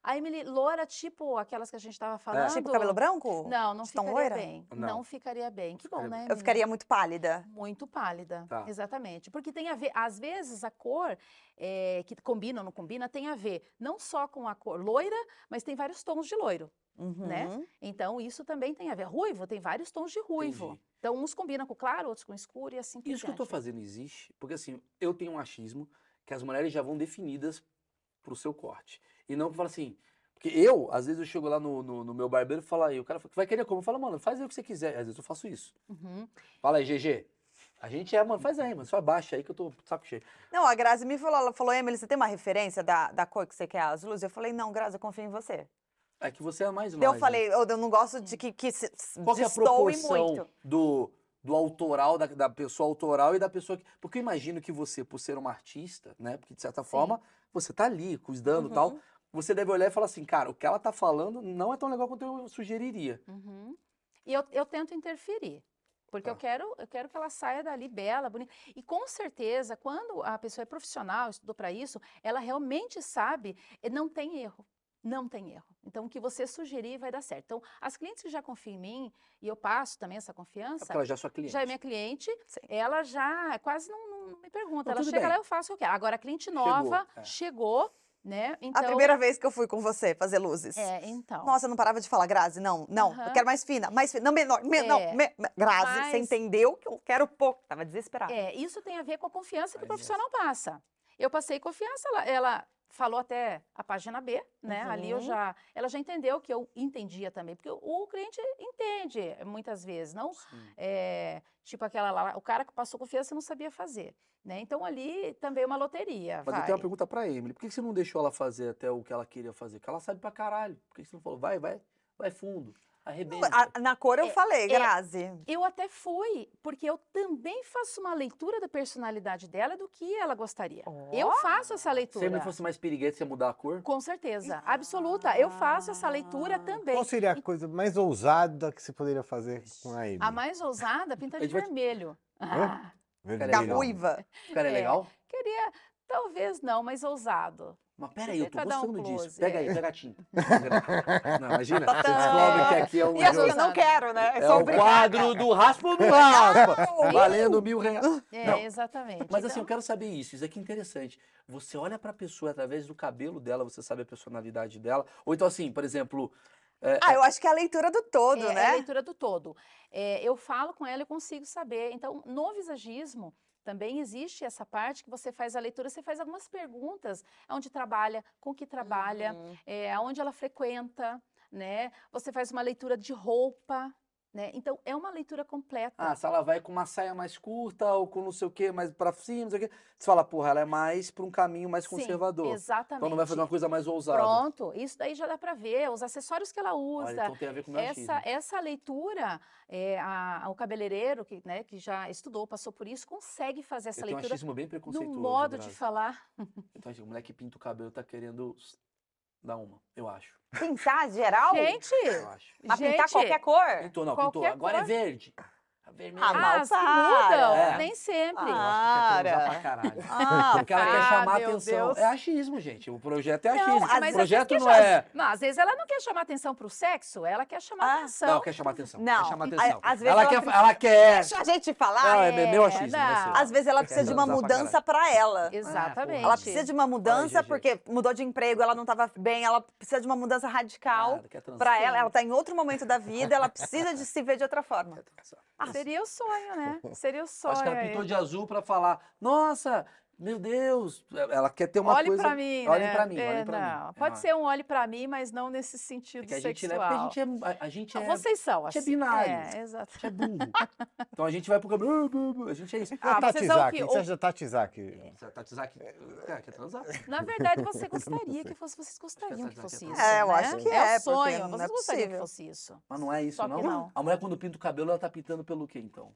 A Emily loura, tipo aquelas que a gente estava falando. Tipo cabelo branco? Não, não De tão ficaria loira? bem. Não. É. Não. ficaria bem. Que bom, Ficaria né, Eu Emily? ficaria muito pálida. Muito pálida, Tá. exatamente. Porque tem a ver, às vezes a cor eh, que combina ou não combina tem a ver não só com a cor loira, mas tem vários tons de loiro. Né? Uhum. Então isso também tem a ver. Ruivo tem vários tons de ruivo. Entendi. Então uns combinam com claro, outros com escuro e assim por Isso que eu tô diante. fazendo existe, porque assim, eu tenho um achismo que as mulheres já vão definidas pro seu corte. E não fala assim. Porque eu, às vezes, eu chego lá no, no, no meu barbeiro e falo aí, o cara fala, vai querer como? Eu falo, mano, faz aí o que você quiser. Às vezes eu faço isso. Uhum. Fala aí, GG. A gente é, mano, faz aí, mano. Só abaixa aí que eu tô de saco cheio. Não, a Grazi me falou, ela falou, Emily, você tem uma referência da, da cor que você quer as luzes? Eu falei, não, Grazi, eu confio em você. É que você é mais Daí eu nós, né? falei, eu eu não gosto de que, que se, Qual que é a destoe proporção muito. do, do autoral, da, da pessoa autoral e da pessoa que. Porque eu imagino que você, por ser uma artista, né? Porque de certa forma, você tá ali, cuidando e tal. Você deve olhar e falar assim, cara, o que ela tá falando não é tão legal quanto eu sugeriria. É Uhum. E eu, eu tento interferir. Porque eu, Tá. quero, eu quero que ela saia dali bela, bonita. E com certeza, quando a pessoa é profissional, estudou para isso, ela realmente sabe, eh, não tem erro. Não tem erro. Então, o que você sugerir vai dar certo. Então, as clientes que já confiam em mim, e eu passo também essa É confiança, porque ela já é sua cliente. já é minha cliente, Sim. ela já quase não, não, não me pergunta. Não, ela tudo chega bem. lá, eu faço o que? Agora, a cliente Chegou, nova é. chegou, né? Então, A primeira vez que eu fui com você fazer luzes. É, então. Nossa, eu não parava de falar, Grazi, não, não, eu Aham. quero mais fina, mais fina, não, menor, me- não, É. me- me- Grazi, você Mas- entendeu que eu quero pouco. Tava Tá. desesperada. É, isso tem a ver com a confiança que Ai, o profissional passa. Eu passei confiança, ela, ela falou até a página B, né? Ali eu Uhum. já, ela já entendeu que eu entendia também, porque o, o cliente entende muitas vezes, não Hum. é, tipo aquela lá, o cara que passou confiança e não sabia fazer, né? Então ali também é uma loteria, Mas eu vai. tenho uma pergunta pra Emily. Por que que você não deixou ela fazer até o que ela queria fazer? Porque ela sabe pra caralho. Por que que você não falou, vai, vai, vai fundo, arrebenta? A- na cor eu É, falei, Grazi. Eu até fui, porque eu também faço uma leitura da personalidade dela do que ela gostaria. Eu Ó. faço essa Se a leitura. Emily fosse mais piriguete, você ia mudar a cor? Com certeza, absoluta. Eu faço essa leitura Ah. também. Qual seria a coisa mais ousada que você poderia fazer com a Amy? A mais ousada pinta de gente vai te- vermelho. Hã? Da legal. ruiva. Cara, é É. legal? Queria, talvez não, mas ousado. Mas peraí, eu Você tô vai dar um gostando disso. close, Pega é. aí, pega a tinta. não, imagina, você Tadã. descobre que aqui é um E as que eu jogo. não quero, né? Eu É sou o obrigada. quadro do raspa ou não raspa. Não! Valendo mil reais. É, Não. exatamente. Mas assim, eu Então, quero saber isso. Isso aqui é interessante. Você olha pra pessoa através do cabelo dela, você sabe a personalidade dela. Ou então, assim, por exemplo. é, Ah, eu acho que é a leitura do todo, é, é a né? leitura do todo. É, eu falo com ela e consigo saber. Então, no visagismo também existe essa parte que você faz a leitura, você faz algumas perguntas, onde trabalha, com que trabalha, Uhum. é, aonde ela frequenta, né? Você faz uma leitura de roupa, né? Então, é uma leitura completa. Ah, se ela vai com uma saia mais curta ou com não sei o quê, mais pra cima, não sei o quê. Você fala, porra, ela é mais pra um caminho mais Sim, conservador. exatamente. Então não vai fazer uma coisa mais ousada. Pronto, isso daí já dá para ver, os acessórios que ela Olha, usa. então tem a ver com o meu achismo. Essa, essa leitura, é, a- o cabeleireiro que, né, que já estudou, passou por isso, consegue fazer essa Eu tenho um leitura achismo bem no preconceituoso. modo de Grazi. falar. Então, assim, o moleque que pinta o cabelo tá querendo s- dar uma, eu acho. Pintar geral? Gente, Eu acho. Mas pintar gente, qualquer cor? Pintou, não, pintou. qualquer Agora é cor. verde. Tá vermelho. Ah, ah, mal, as que mudam, para. nem sempre. Eu acho que quer transar para. pra caralho. Ah, Porque ela quer Ah, chamar meu atenção. Deus. É achismo, gente. O projeto é Não, achismo. mas o às projeto vezes não quer é. Mas às vezes ela não quer chamar atenção pro sexo, ela quer chamar Ah, atenção. Não, quer chamar atenção. Não, Quer chamar a- atenção. às vezes ela, ela quer, precisa- ela quer. deixa a gente Não, falar. é, meu achismo. não. é seu. Às vezes ela precisa de uma transar pra mudança pra é, ela. Exatamente. Ela precisa de uma mudança Gigi. porque mudou de emprego, ela não estava bem, ela precisa de uma mudança radical Nada, quer transar. pra ela. Ela tá em outro momento da vida, ela precisa de se ver de outra forma. Quer transar. Seria o sonho, né? Seria o sonho. Acho que ela aí. pintou de azul pra falar, nossa, meu Deus. Ela quer ter uma olhe coisa... pra mim, olhem né? pra mim, olhem É, pra mim. não, É, Pode não. ser um olhe pra mim, mas não nesse sentido Porque a gente, né, sexual. porque a gente é... A, a gente Não, é... Vocês são gente é assim. binário. É, exato. a gente é burro. então a gente vai pro cabelo. A gente é isso. é A Ah, Tati vocês são o Zaki, quê? o que você O- acha da Tati Zaki? Tá, Tati Zaki, cara, quer transar? Na verdade, você gostaria que fosse, vocês gostariam que essa aqui fosse é isso. É, eu né? acho que É é, o porque sonho. não é Vocês gostariam que possível. fosse isso. Mas não é isso, Só não. que não. A mulher, quando pinta o cabelo, ela tá pintando pelo quê, então?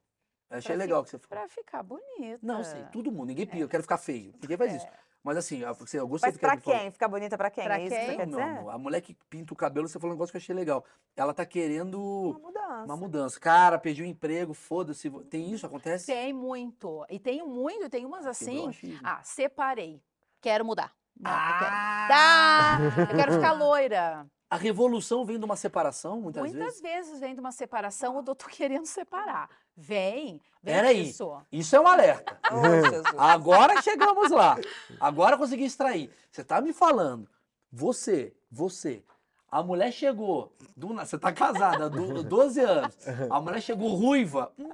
Eu achei Pra legal fi- que você falou. Pra ficar bonita. Não, eu sei, todo mundo. Ninguém pinta, eu quero ficar feio. Ninguém faz isso. Mas assim, eu, assim, eu gostei Mas do que a pra Emily falou. quem? Fica bonita pra quem? Pra é isso que você quem? quer Não, meu dizer? amor, a mulher que pinta o cabelo, você falou um negócio que eu achei legal. Ela tá Uma querendo mudança. uma mudança. Cara, perdi o emprego, foda-se. vo- Tem isso? Acontece? Tem muito. E tem muito, tem umas Quebrou o assim. achismo. Ah, separei. Quero mudar. Não, eu quero. Ah! Tá! Eu quero ficar loira. A revolução vem de uma separação, muitas, vezes? Muitas vezes vem de uma separação, eu tô- tô querendo separar. Vem, vem Peraí. isso. Isso é um alerta. Oh, Jesus. Agora chegamos lá. Agora eu consegui extrair. Você tá me falando. Você, você. A mulher chegou. do na- você tá casada, do, 12 anos. A mulher chegou ruiva. Hum,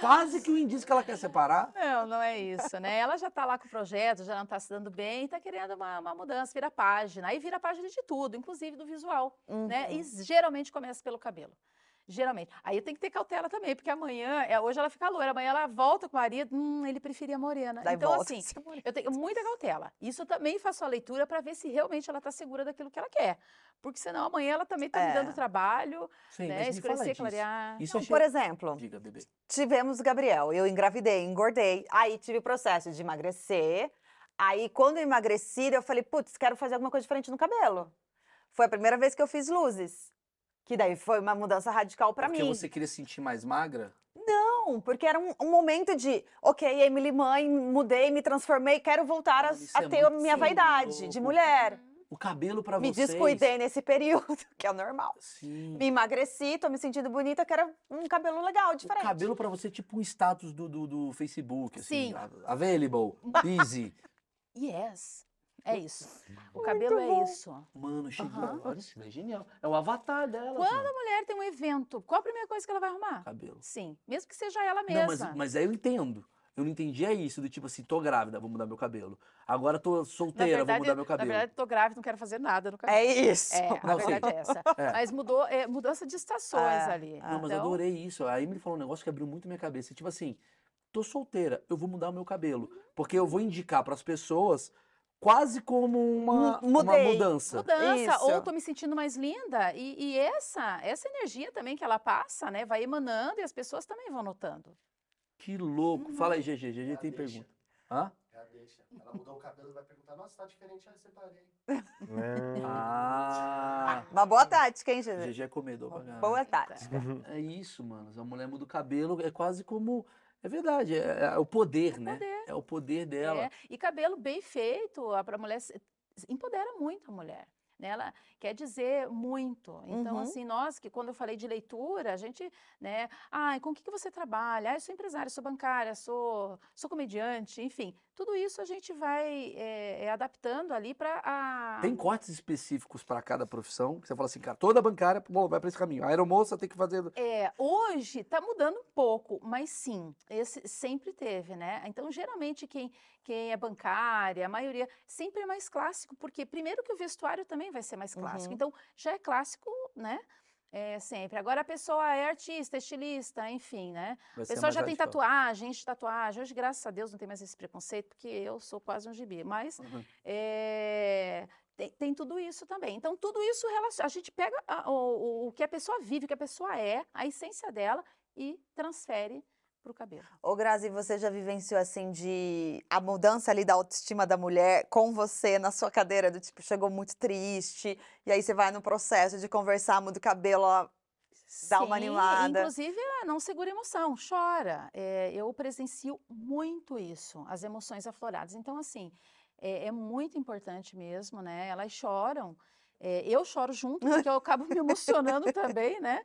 quase que o indício que ela quer separar. Não, não é isso, né? Ela já tá lá com o projeto, já não tá se dando bem, tá querendo uma, uma mudança, vira página. Aí vira página de tudo, inclusive do visual, Uhum. né? E geralmente começa pelo cabelo. Geralmente. Aí tem que ter cautela também, porque amanhã, é, hoje ela fica loira, amanhã ela volta com o marido, hum, ele preferia morena. Daí então, volta. assim, Eu tenho muita cautela. Isso eu também faço a leitura para ver se realmente ela está segura daquilo que ela quer. Porque senão amanhã ela também está me É. dando trabalho, Sim, né? mas me fala Escurecer, disso. clarear. Isso Não, eu achei... Então, por exemplo, Diga, bebê. tivemos o Gabriel. Eu engravidei, engordei. Aí tive o processo de emagrecer. Aí, quando eu emagreci, eu falei, putz, quero fazer alguma coisa diferente no cabelo. Foi a primeira vez que eu fiz luzes. Que daí foi uma mudança radical pra Porque mim. você queria se sentir mais magra? Não, porque era um, um momento de, ok, Emily mãe, mudei, me transformei, quero voltar a, Olha, isso a é ter a muito minha vaidade de louco. mulher. O cabelo pra Me vocês... descuidei nesse período, que é normal. Sim. Me emagreci, tô me sentindo bonita, quero um cabelo legal, O diferente. cabelo pra você é tipo um status do, do, do Facebook, assim. Sim. a- Available, easy. Yes. É isso. O cabelo é isso. Mano, chegou. Aham. Olha, isso é genial. É o avatar dela. Quando mano. a mulher tem um evento, qual a primeira coisa que ela vai arrumar? Cabelo. Sim, mesmo que seja ela Não, mesma. mas, mas aí eu entendo. Eu não entendi é isso, do tipo assim, tô grávida, vou mudar meu cabelo. Agora tô solteira, vou mudar meu cabelo. Na verdade, tô grávida, não quero fazer nada no cabelo. É isso. É, a Não, sim. verdade é essa. É. Mas mudou, é, mudança de estações Ah, ali. ah. Não, mas eu Então, adorei isso. A Emily falou um negócio que abriu muito minha cabeça. Tipo assim, tô solteira, eu vou mudar o meu cabelo. Porque eu vou indicar pras pessoas quase como uma, Mu- uma mudei. mudança. Mudança, Isso. ou tô me sentindo mais linda. E, e essa, essa energia também que ela passa, né? Vai emanando e as pessoas também vão notando. Que louco. Fala aí, Uhum. GG. GG tem deixa. pergunta. Hã? Já deixa. Ela mudou o cabelo e vai perguntar, nossa, tá diferente, aí separei. Ah. Uma boa tática, hein, Jesus? GG é comedor pra caramba. Boa tática. É isso, mano. A mulher muda o cabelo, é quase como. É verdade, é, é o poder, né? poder. É o poder dela. É, e cabelo bem feito, a pra mulher se- empodera muito a mulher. Né? Ela quer dizer muito. Então, Uhum. assim, nós que quando eu falei de leitura, a gente, né? Ai, com o que, que você trabalha? Ah, eu sou empresária, sou bancária, sou, sou comediante, enfim. Tudo isso a gente vai é, é, adaptando ali para a. Tem cortes específicos pra cada profissão. que Você fala assim, cara, toda bancária bom, vai pra esse caminho. A aeromoça tem que fazer. É, hoje está mudando um pouco, mas sim, esse sempre teve, né? Então, geralmente, quem, quem é bancária, a maioria, sempre é mais clássico, porque primeiro que o vestuário também vai ser mais clássico. Uhum. Então, já é clássico, né? É, sempre. Agora a pessoa é artista, estilista, enfim, né? Vai O ser pessoal mais já tem radical. tatuagem, enche tatuagem. Hoje, graças a Deus, não tem mais esse preconceito, porque eu sou quase um gibi. Mas Uhum. é, tem, tem tudo isso também. Então, tudo isso relaciona- a gente pega a- o, o- o que a pessoa vive, o que a pessoa é, a essência dela e transfere para o cabelo. Ô, Grazi, você já vivenciou assim de a mudança ali da autoestima da mulher com você na sua cadeira, do tipo, chegou muito triste, e aí você vai no processo de conversar, muda o cabelo, ó, Dá uma Sim, animada. Inclusive, ah, não segura emoção, chora. É, eu presencio muito isso, as emoções afloradas. Então, assim, é, é muito importante mesmo, né? Elas choram. É, eu choro junto, porque eu acabo me emocionando também, né?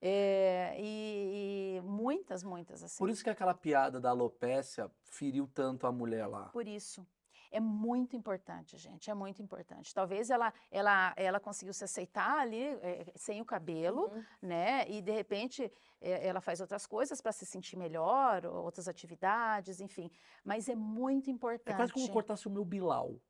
É, e, e muitas, muitas, assim. Por isso que aquela piada da alopécia feriu tanto a mulher lá. Por isso. É muito importante, gente. É muito importante. Talvez ela, ela, ela conseguiu se aceitar ali eh, sem o cabelo, Uhum. né? E de repente eh, ela faz outras coisas para se sentir melhor, ou outras atividades, enfim. Mas é muito É importante. quase como cortasse o meu bilau.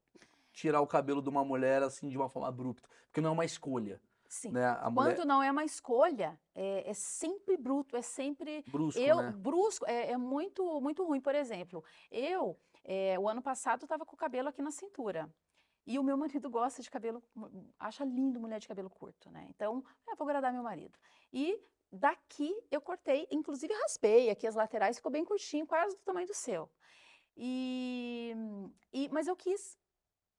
Tirar o cabelo de uma mulher assim de uma forma abrupta. Porque não é uma escolha. Sim. Né? A mulher. Quando não é uma escolha, é, é sempre bruto, é sempre Brusco, eu né? brusco. É, é muito muito ruim. Por exemplo, eu é, o ano passado estava com o cabelo aqui na cintura. E o meu marido gosta de cabelo, mu- acha lindo mulher de cabelo curto, né? Então, é, vou agradar meu marido. E daqui eu cortei, inclusive raspei aqui as laterais, ficou bem curtinho, quase do tamanho do seu. E, e- mas eu quis,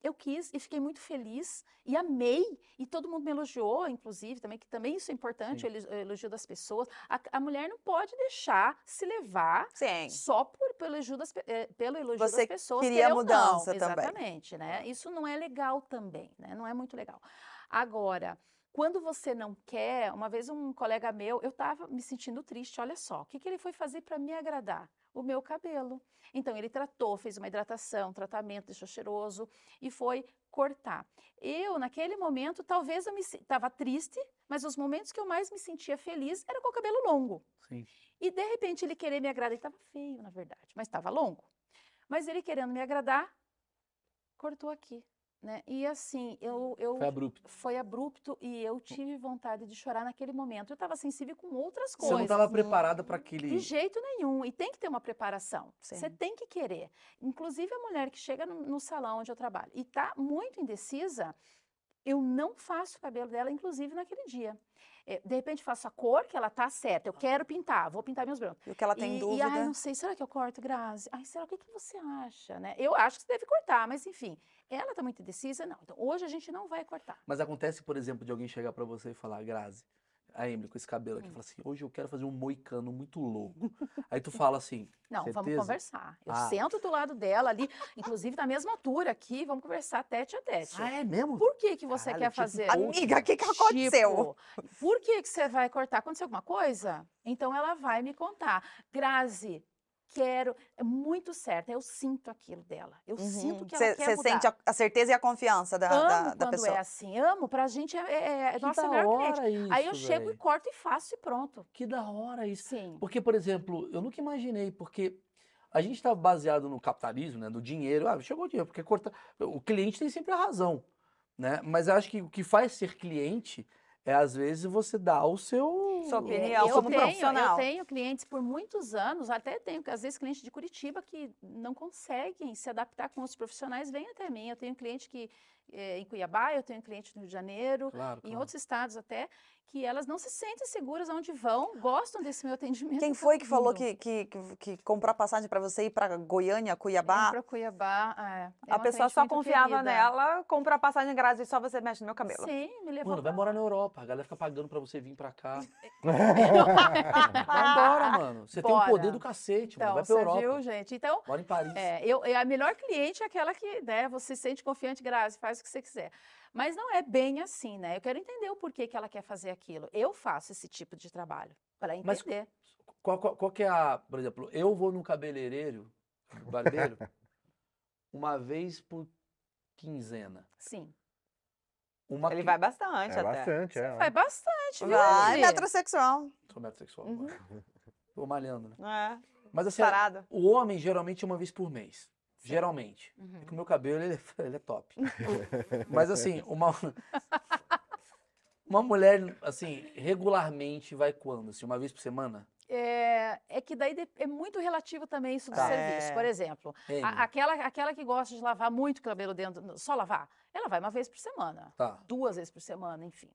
eu quis e fiquei muito feliz e amei. E todo mundo me elogiou, inclusive, também, que também isso é importante, o elo- o elogio das pessoas. A, a mulher não pode deixar se levar sim. só por, pelo elogio das, pe- eh, pelo elogio das Você pessoas. queria querer ou mudança não, também. Uhum. Exatamente, né? Isso não é legal também, né? Não é muito legal. Agora, quando você não quer, uma vez um colega meu, eu estava me sentindo triste, olha só, o que, que ele foi fazer para me agradar? O meu cabelo. Então, ele tratou, fez uma hidratação, tratamento, deixou cheiroso e foi cortar. Eu, naquele momento, talvez eu me estava triste, mas os momentos que eu mais me sentia feliz era com o cabelo longo. Sim. E de repente ele querer me agradar, ele estava feio, na verdade, mas estava longo. Mas ele querendo me agradar, cortou aqui, né? E assim, eu, eu Hum, Foi abrupto. foi abrupto e eu tive vontade de chorar naquele momento. Eu estava sensível com outras Você não coisas. estava preparada para assim, De aquele. jeito nenhum. E tem que ter uma preparação. Você Sim. tem que querer. Inclusive, a mulher que chega no, no salão onde eu trabalho e está muito indecisa, eu não faço o cabelo dela, inclusive, naquele dia. É, de repente, faço a cor que ela tá certa. Eu quero pintar, vou pintar meus brancos. E o que ela tem e, dúvida. E, ai, não sei, será que eu corto, Grazi? Ai, será, o que, que você acha, né? Eu acho que você deve cortar, mas enfim. Ela tá está muito indecisa, não. Então, hoje a gente não vai cortar. Mas acontece, por exemplo, de alguém chegar pra você e falar, Grazi, a Emily com esse cabelo Hum. aqui, fala assim, hoje eu quero fazer um moicano muito louco. Aí tu fala assim, Não, vamos Certeza? conversar. Eu Ah. sento do lado dela ali, inclusive na mesma altura aqui, vamos conversar tete a tete. ah, é mesmo? Por que que você Caralho, quer tipo fazer? Amiga, o que, que aconteceu? Tipo, por que que você vai cortar? Aconteceu alguma coisa? Então ela vai me contar. Grazi, quero, é muito certa, eu sinto aquilo dela. Eu sinto que ela quer Você mudar. Uhum. sente a, a certeza e a confiança da, Amo da, da quando pessoa. é assim, amo, pra gente é, é, é que nossa da melhor cliente. hora isso, Aí eu chego e velho. corto e faço e pronto. Que da hora isso. Sim. Porque, por exemplo, eu nunca imaginei, porque a gente está baseado no capitalismo, né? Do dinheiro. Ah, chegou o dinheiro, porque corta... o cliente tem sempre a razão, né? Mas eu acho que o que faz ser cliente é, às vezes, você dar o seu... Sua É, opinião. Daniel, eu como tenho, profissional. Eu tenho clientes por muitos anos, até tenho, às vezes, clientes de Curitiba que não conseguem se adaptar com os profissionais, vêm até mim. Eu tenho cliente que eh, em Cuiabá, eu tenho cliente no Rio de Janeiro, Claro, em claro. outros estados até, que elas não se sentem seguras onde vão, gostam desse meu atendimento. Quem tá foi que falou vindo. que, que, que, que comprou a passagem pra você ir pra Goiânia, Cuiabá? Para Cuiabá, é, é a uma pessoa cliente só muito confiava querida. nela, comprou a passagem grátis e só você mexe no meu cabelo. Sim, me levou. Mano, vai pra lá. morar na Europa. A galera fica pagando pra você vir pra cá. vai embora, mano. Você tem o poder Bora. do cacete, Então, mano. Vai pra você Europa. viu, gente? Então, Mora em Paris. É, eu, eu- a melhor cliente é aquela que, né, você se sente confiante, Grazi, faz o que você quiser. Mas não é bem assim, né? Eu quero entender o porquê que ela quer fazer aquilo. Eu faço esse tipo de trabalho para Mas- entender. Qual, qual, qual que é a. Por exemplo, eu vou num cabeleireiro, barbeiro, uma vez por quinzena. Sim. Uma Ele quin- vai bastante É até. bastante, é. Faz bastante, viu, Vai, Andy? metrosexual. Sou metrosexual. Uhum. agora. Tô malhando, né? É, Mas assim, sarado. o homem geralmente é uma vez por mês. Geralmente. Uhum. É que o meu cabelo, ele, é- ele é top. Mas assim, uma. Uma mulher, assim, regularmente vai quando? Assim, uma vez por semana? É, é que daí de- é muito relativo também isso do Tá. serviço. É. Por exemplo, N. a- aquela, aquela que gosta de lavar muito o cabelo dentro, só lavar, ela vai uma vez por semana. Tá. duas vezes por semana, enfim.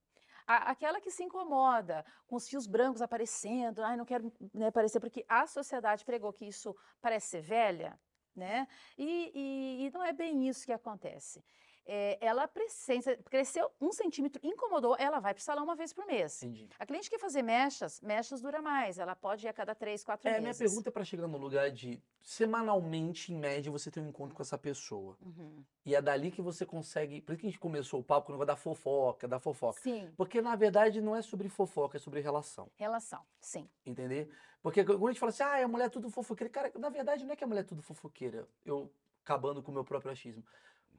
A- aquela que se incomoda com os fios brancos aparecendo, ai, não quero né, aparecer, porque a sociedade pregou que isso parece ser velha, né? E, e- e não é bem isso que acontece. É, ela precisa, cresceu um centímetro, incomodou, ela vai para o salão uma vez por mês. Entendi. A cliente que fazer mechas, mechas dura mais, ela pode ir a cada três, quatro É, minha meses. pergunta é pra chegar no lugar de. Semanalmente, em média, você tem um encontro com essa pessoa. Uhum. E é dali que você consegue. Por isso que a gente começou o papo quando vai dar fofoca, dar fofoca. Sim, Porque, na verdade, não é sobre fofoca, é sobre relação. relação, sim. Entender? Porque quando a gente fala assim, ah, a mulher é tudo fofoqueira. Cara, na verdade, não é que a mulher é tudo fofoqueira. Eu acabando com o meu próprio achismo.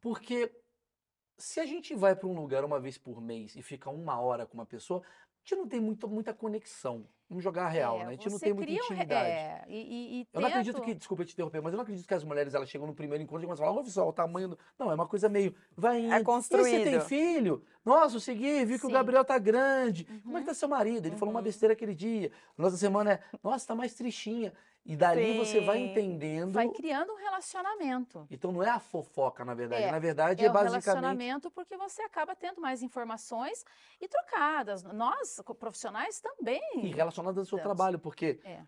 Porque se a gente vai pra um lugar uma vez por mês e fica uma hora com uma pessoa, a gente não tem muito, muita conexão. Vamos jogar a real, É, né? A gente não você tem muita cria um re- intimidade. é, e- e- e Eu não acredito tento- que, desculpa te interromper, mas eu não acredito que as mulheres elas chegam no primeiro encontro e começam a falar, ouve só, o tamanho do... Não, é uma coisa meio. Vai indo. "E aí, você tem construído." filho? Nossa, eu segui, vi que o Sim. Gabriel tá grande. Como é Uhum. que tá seu marido? Ele falou uma Uhum. besteira aquele dia. Nossa semana é, nossa, tá mais tristinha. E dali você vai Sim. entendendo. vai criando um relacionamento. Então não é a fofoca, na verdade. É, na verdade, é, É um basicamente. relacionamento porque você acaba tendo mais informações e trocadas. Nós, co- profissionais, também. E relacionado ao seu Delas. trabalho, porque É.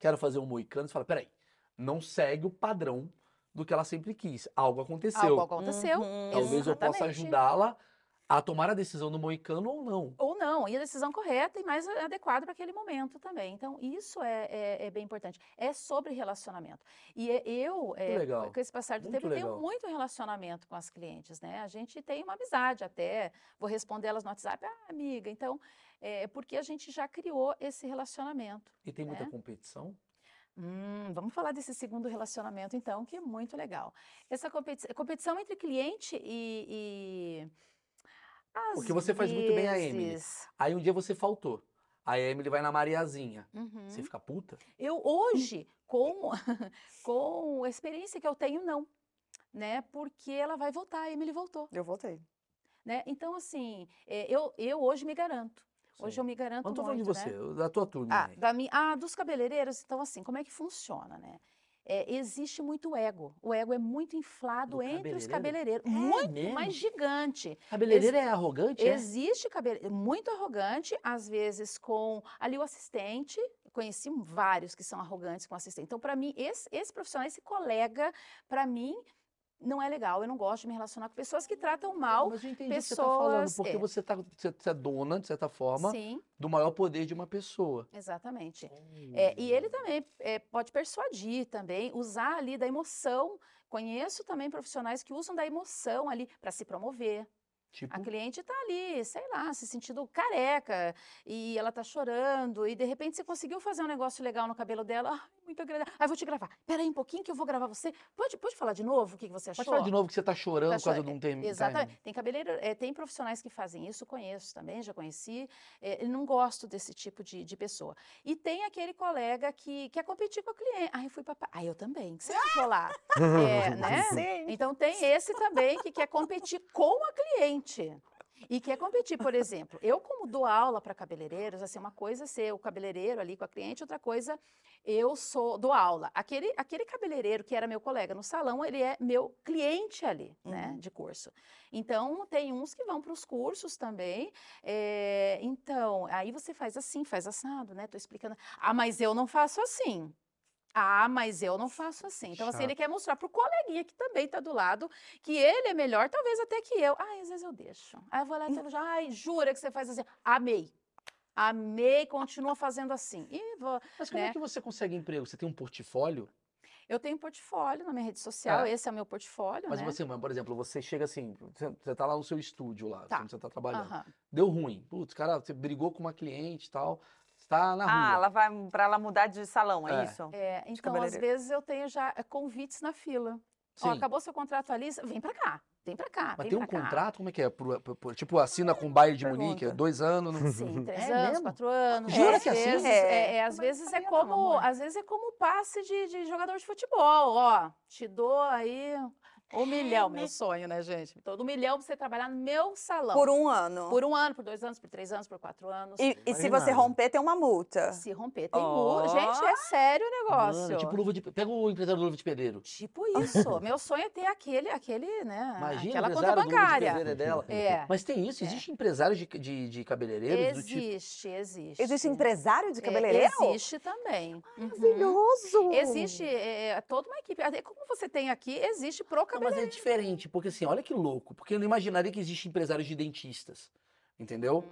quero fazer um moicano, você fala, peraí, não segue o padrão do que ela sempre quis. Algo aconteceu. Algo aconteceu. Uhum. Talvez eu possa Exatamente. ajudá-la a tomar a decisão do Moicano ou não. Ou não, e a decisão correta e mais a- adequada para aquele momento também. Então, isso é, é- é bem importante. É sobre relacionamento. E é- eu, é, co- legal. com esse passar do Muito tempo, eu tenho legal. muito relacionamento com as clientes, né? A gente tem uma amizade até, vou responder elas no WhatsApp, ah, amiga, então, é porque a gente já criou esse relacionamento. E tem muita É. competição? Hum, vamos falar desse segundo relacionamento, então, que é muito legal. Essa competi- competição entre cliente e. e... O às que você faz muito bem, é a Emily. vezes- Aí um dia você faltou. Aí a Emily vai na Mariazinha. Uhum. Você fica puta? Eu hoje, com, com a experiência que eu tenho, não. Né? Porque ela vai voltar, a Emily voltou. Eu voltei. Né? Então, assim, é, eu, eu hoje me garanto. Hoje eu me garanto Mas não tô falando de muito, né? você, é eu- da tua turma. Ah, né? da minha, ah, dos cabeleireiros, então assim, como é que funciona, né? É, existe muito ego. O ego é muito inflado Do entre os cabeleireiro? É cabeleireiros. muito mesmo? mais gigante. Cabeleireira é arrogante? É? Existe cabeleireiro muito arrogante, às vezes com ali o assistente. Conheci vários que são arrogantes com assistente. Então, para mim, esse, esse profissional, esse colega, para mim, não é legal, eu não gosto de me relacionar com pessoas que tratam mal. Mas eu entendi o que você tá falando, pessoas- porque é. você, tá, você, você é dona, de certa forma, Sim, do maior poder de uma pessoa. exatamente. É, e Uhum. ele também é, pode persuadir também, usar ali da emoção. Conheço também profissionais que usam da emoção ali para se promover. Tipo, A cliente está ali, sei lá, se sentindo careca e ela tá chorando e de repente você conseguiu fazer um negócio legal no cabelo dela. Ah, muito agradável. Ah, vou te gravar. Pera aí um pouquinho que eu vou gravar você. Pode, pode falar de novo o que que você achou? pode falar de novo que você tá chorando Tá por causa chorando, de um termo. Exatamente. Tem cabeleireiro, é, tem profissionais que fazem isso, conheço também, já conheci. É, eu não gosto desse tipo de, de pessoa. E tem aquele colega que quer competir com a cliente. Aí eu fui pra. Aí eu também. que Você ficou lá. É, né? Sim. Então tem esse também que quer competir com a cliente. E quer competir, por exemplo, eu como dou aula para cabeleireiros, assim, uma coisa é ser o cabeleireiro ali com a cliente, outra coisa eu sou dou aula. Aquele aquele cabeleireiro que era meu colega no salão, ele é meu cliente ali, né, de curso. Então tem uns que vão para os cursos também. é, então aí você faz assim, faz assado, né? Tô explicando. Ah, mas eu não faço assim. Ah, mas eu não faço assim. Então, assim, ele quer mostrar pro coleguinha que também tá do lado que ele é melhor, talvez até que eu. Ah, às vezes eu deixo. Aí eu vou Hum. lá e falo, ai, jura que você faz assim? Amei. Amei, continua fazendo assim. E vou... Mas como é né? que você consegue emprego? Você tem um portfólio? eu tenho um portfólio na minha rede social, É. esse é o meu portfólio, Mas né? você, mas, por exemplo, você chega assim, você, você tá lá no seu estúdio lá, Tá. onde você tá trabalhando. Aham. Deu ruim. Putz, cara, você brigou com uma cliente e tal. Você tá na Ah, rua. ela vai pra ela mudar de salão, é, É. isso? É, então, às cabeleireiro. vezes eu tenho já eh, convites na fila. Ó, Sim. acabou seu contrato ali, vem pra cá, vem pra cá, Mas vem tem um pra cá. contrato? Como é que é? Pro- pro- pro- tipo, assina com baile de Munique, é pergunta. dois anos. não- Sim, três É anos, mesmo? quatro anos. Jura às que é assim? vezes, É. é, é, às Mas não vezes é sabia não, como, amor. às vezes é como passe de, de jogador de futebol, ó, te dou aí É, um milhão, meu sonho, né, gente? Todo um milhão pra você trabalhar no meu salão. Por um ano. Por um ano, por dois anos, por três anos, por quatro anos. E, e se Imagina. você romper, tem uma multa. Se romper, tem Ó. mu- Gente, é sério o negócio. Mano, tipo luva de. Pega o empresário do luva de pedreiro. Tipo isso. meu sonho é ter aquele, aquele, né, Imagina, aquela o empresário conta do luva de bancária. pedreiro é dela. É. Mas tem isso? É. Existem empresários de, de, de cabeleireiros do tipo. Existe, existe. Existe empresário de É, cabeleireiro? Ah, existe também. Uhum. Maravilhoso! Existe é, é, toda uma equipe. Até Como você tem aqui, existe pro Não, cabelo. mas é diferente, porque assim, olha que louco. Porque eu não imaginaria que existem empresários de dentistas. Entendeu?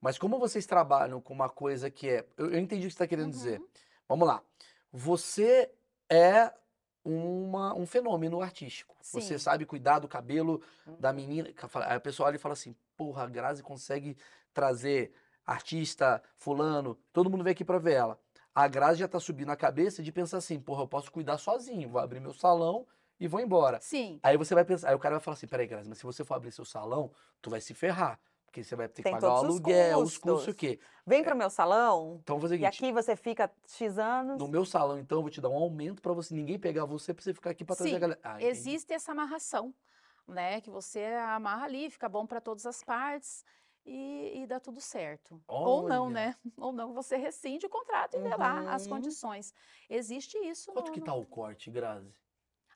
Mas como vocês trabalham com uma coisa que é. Eu, eu entendi o que você está querendo dizer. Vamos lá. Você é uma, um fenômeno artístico. Você Sim. sabe cuidar do cabelo da menina. Ca- fala- Aí a pessoa olha e fala assim: porra, a Grazi consegue trazer artista, fulano, todo mundo vem aqui pra ver ela. A Grazi já tá subindo a cabeça de pensar assim: porra, eu posso cuidar sozinho, vou abrir meu salão e vou embora. Sim. Aí você vai pensar, aí o cara vai falar assim: peraí, Grazi, mas se você for abrir seu salão, tu vai se ferrar. Porque você vai ter que Tem pagar o todos os aluguel, os custos, custos. o quê? Vem pro meu salão Então vou fazer o e seguinte: aqui você fica X anos. no meu salão, então, eu vou te dar um aumento pra você ninguém pegar você pra você ficar aqui pra trazer a Sim, galera. Ah, entendi. Existe essa amarração, né? Que você amarra ali, fica bom para todas as partes e, e dá tudo certo. Ou não, Olha. né? Ou não, você rescinde o contrato e vê lá as Uhum. condições. Existe isso. Quanto no- que no- tá o corte, Grazi?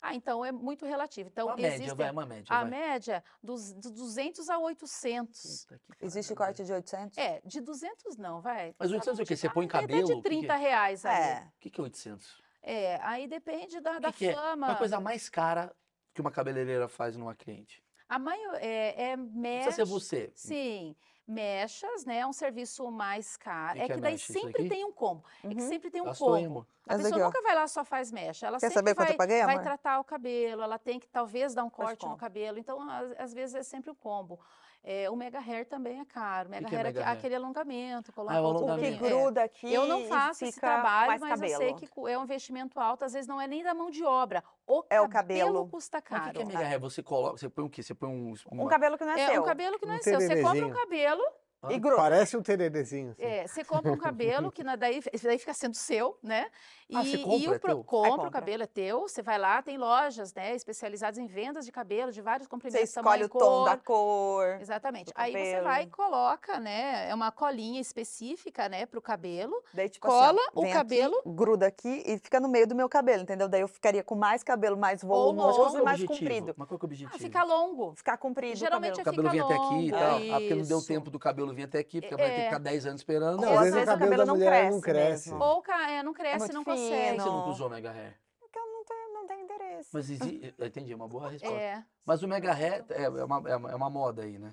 Ah, então é muito relativo. Então, Uma existe média, vai, uma média. a vai. média dos, de 200 a 800. Puta que Existe pariu. corte de 800? É, de 200 não, vai. Mas Tá 800 é o bom, quê? de- Você ah, põe até cabelo? O de que que é? 30 reais ali. É. O que, que é 800? É, aí depende da, da que que é? fama. Uma coisa mais cara que uma cabeleireira faz numa cliente. A maior é, é Não mecha. precisa ser você. Sim, mechas, né? É um serviço mais caro. E é que que é daí mecha, isso sempre daqui? tem um combo. É que Uhum. sempre tem um Gastou, hein, combo. amor? A Essa pessoa daqui, ó. nunca vai lá só faz mecha. Ela Quer sempre saber quanto vai, eu paguei, vai amor? tratar o cabelo, ela tem que talvez dar um Faz corte no combo. cabelo. Então, às, às vezes é sempre um combo. É, o mega hair também é caro. O mega que é hair é mega aque- hair? aquele alongamento, coloca Ah, é o outro O que alongamento. bolinho. É. gruda aqui Eu não e faço esse fica trabalho, mais mas cabelo. eu sei que cu- é um investimento alto, às vezes não é nem da mão de obra. O É cabelo o cabelo. custa Mas o que caro. que é mega hair? Você coloca, você põe o quê? Você põe um... Um uma- cabelo que não é, É seu. um cabelo que não Um é seu. Você compra um tererezinho. cabelo, Hã? E gruda. Parece um tererezinho. Assim. é, você compra um cabelo que na- daí, esse daí fica sendo seu, né? E, Ah, você e compra, o é pro- teu? compra, compra. o cabelo é teu, você vai lá, tem lojas, né, especializadas em vendas de cabelo, de vários Você comprimentos, escolhe tamanho, o tom da cor. cor. Exatamente. do Aí você vai e cabelo. coloca, né, é uma colinha específica, né, pro cabelo. Daí, tipo assim, Cola ó, o vem aqui, cabelo. gruda aqui e fica no meio do meu cabelo, entendeu? Daí eu ficaria com mais cabelo mais Ou Mas qual que volumoso é e o mais objetivo? comprido. Mas qual que é o Ah, objetivo? fica longo. Ficar comprido Geralmente o o cabelo. é cabelo fica vem até aqui e longo, tal. Ah, porque não deu isso. tempo do cabelo vir até aqui, porque vai ter É. que ficar 10 anos esperando. Ou Não, às vezes o cabelo da não mulher não cresce cresce. mesmo. Ou ca- é, não cresce, muito não fino. Por consegue. que você nunca não. usou mega hair? Porque eu não tenho, não tenho endereço. reais. Mas exi- eu entendi, é uma boa resposta. É. Mas o megahertz é, é uma, é, uma, é uma moda aí, né?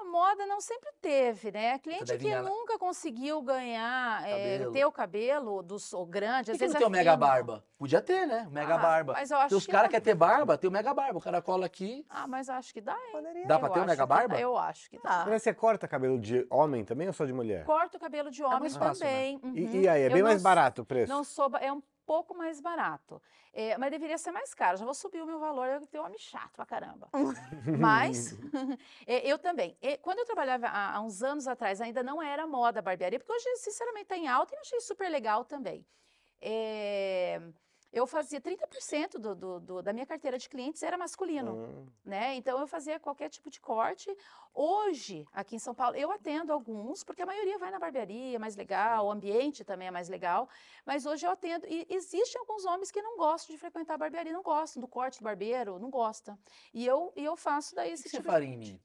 A moda não sempre teve, né? Cliente deve que enganar- nunca conseguiu ganhar, é, Cabelo. ter o cabelo do ou grande, Por que, às que vezes não é tem o mega fino. barba? Podia ter, né? O Mega Ah, barba. Mas eu acho Se os é que caras não- querem ter barba, tem o mega barba. O cara cola aqui. Ah, mas eu acho que dá, hein? Poderia. Dá pra Eu ter um o acho mega que dá, barba? Eu acho que dá. Mas você corta cabelo de homem também ou só de mulher? Corto o cabelo de homem mais fácil, né? também. E, uhum. e aí, é Eu bem não mais s- barato o preço? Não sou, ba- é um pouco mais barato. É, mas deveria ser mais caro. Já vou subir o meu valor, eu que tenho um homem chato pra caramba. Mas é, eu também. É, quando eu trabalhava há, há uns anos atrás, ainda não era moda a barbearia, porque hoje, sinceramente, está em alta e eu achei super legal também. É, eu fazia 30% do, do- do- da minha carteira de clientes era masculino Hum. né? Então eu fazia qualquer tipo de corte. Hoje, aqui em São Paulo, eu atendo alguns, porque a maioria vai na barbearia, é mais legal, o ambiente também é mais legal, mas hoje eu atendo e existem alguns homens que não gostam de frequentar a barbearia, não gostam do corte do barbeiro, não gostam. E eu e eu faço daí O esse que você tipo faria em mim?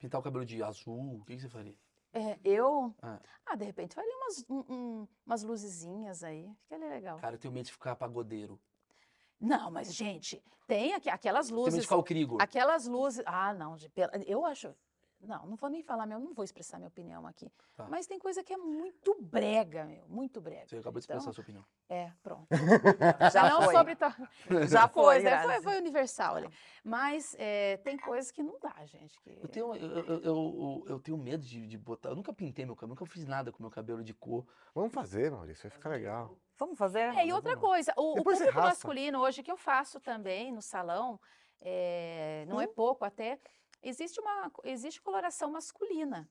Pintar o cabelo de azul? O que, que você faria? de... É, eu Ah. Ah, de repente faria umas um- um- umas luzezinhas aí, ficaria legal. Cara, eu tenho medo de ficar pagodeiro. Não, mas gente, tem aqu- aquelas Eu Tenho medo de luzes ficar o Krigor. Aquelas luzes. Ah, não, de pela- eu acho. Não, não vou nem falar, meu, não vou expressar minha opinião aqui. Tá. Mas tem coisa que é muito brega, meu, muito brega. Você acabou de Então, expressar a sua opinião. É, pronto. Já não foi. sobre. to- Já foi, Pois é, Grazi. foi, foi universal ali. Mas é, tem coisa que não dá, gente. que- Tá. Eu tenho, eu, eu, eu, eu tenho medo de, de botar. Eu nunca pintei meu cabelo, nunca fiz nada com meu cabelo de cor. Vamos fazer, Maurício, vai ficar legal. Vamos fazer? É, e outra coisa, o, o Depois você público raspa. masculino hoje, que eu faço também no salão, é, não é Hum? pouco até, existe uma existe coloração masculina.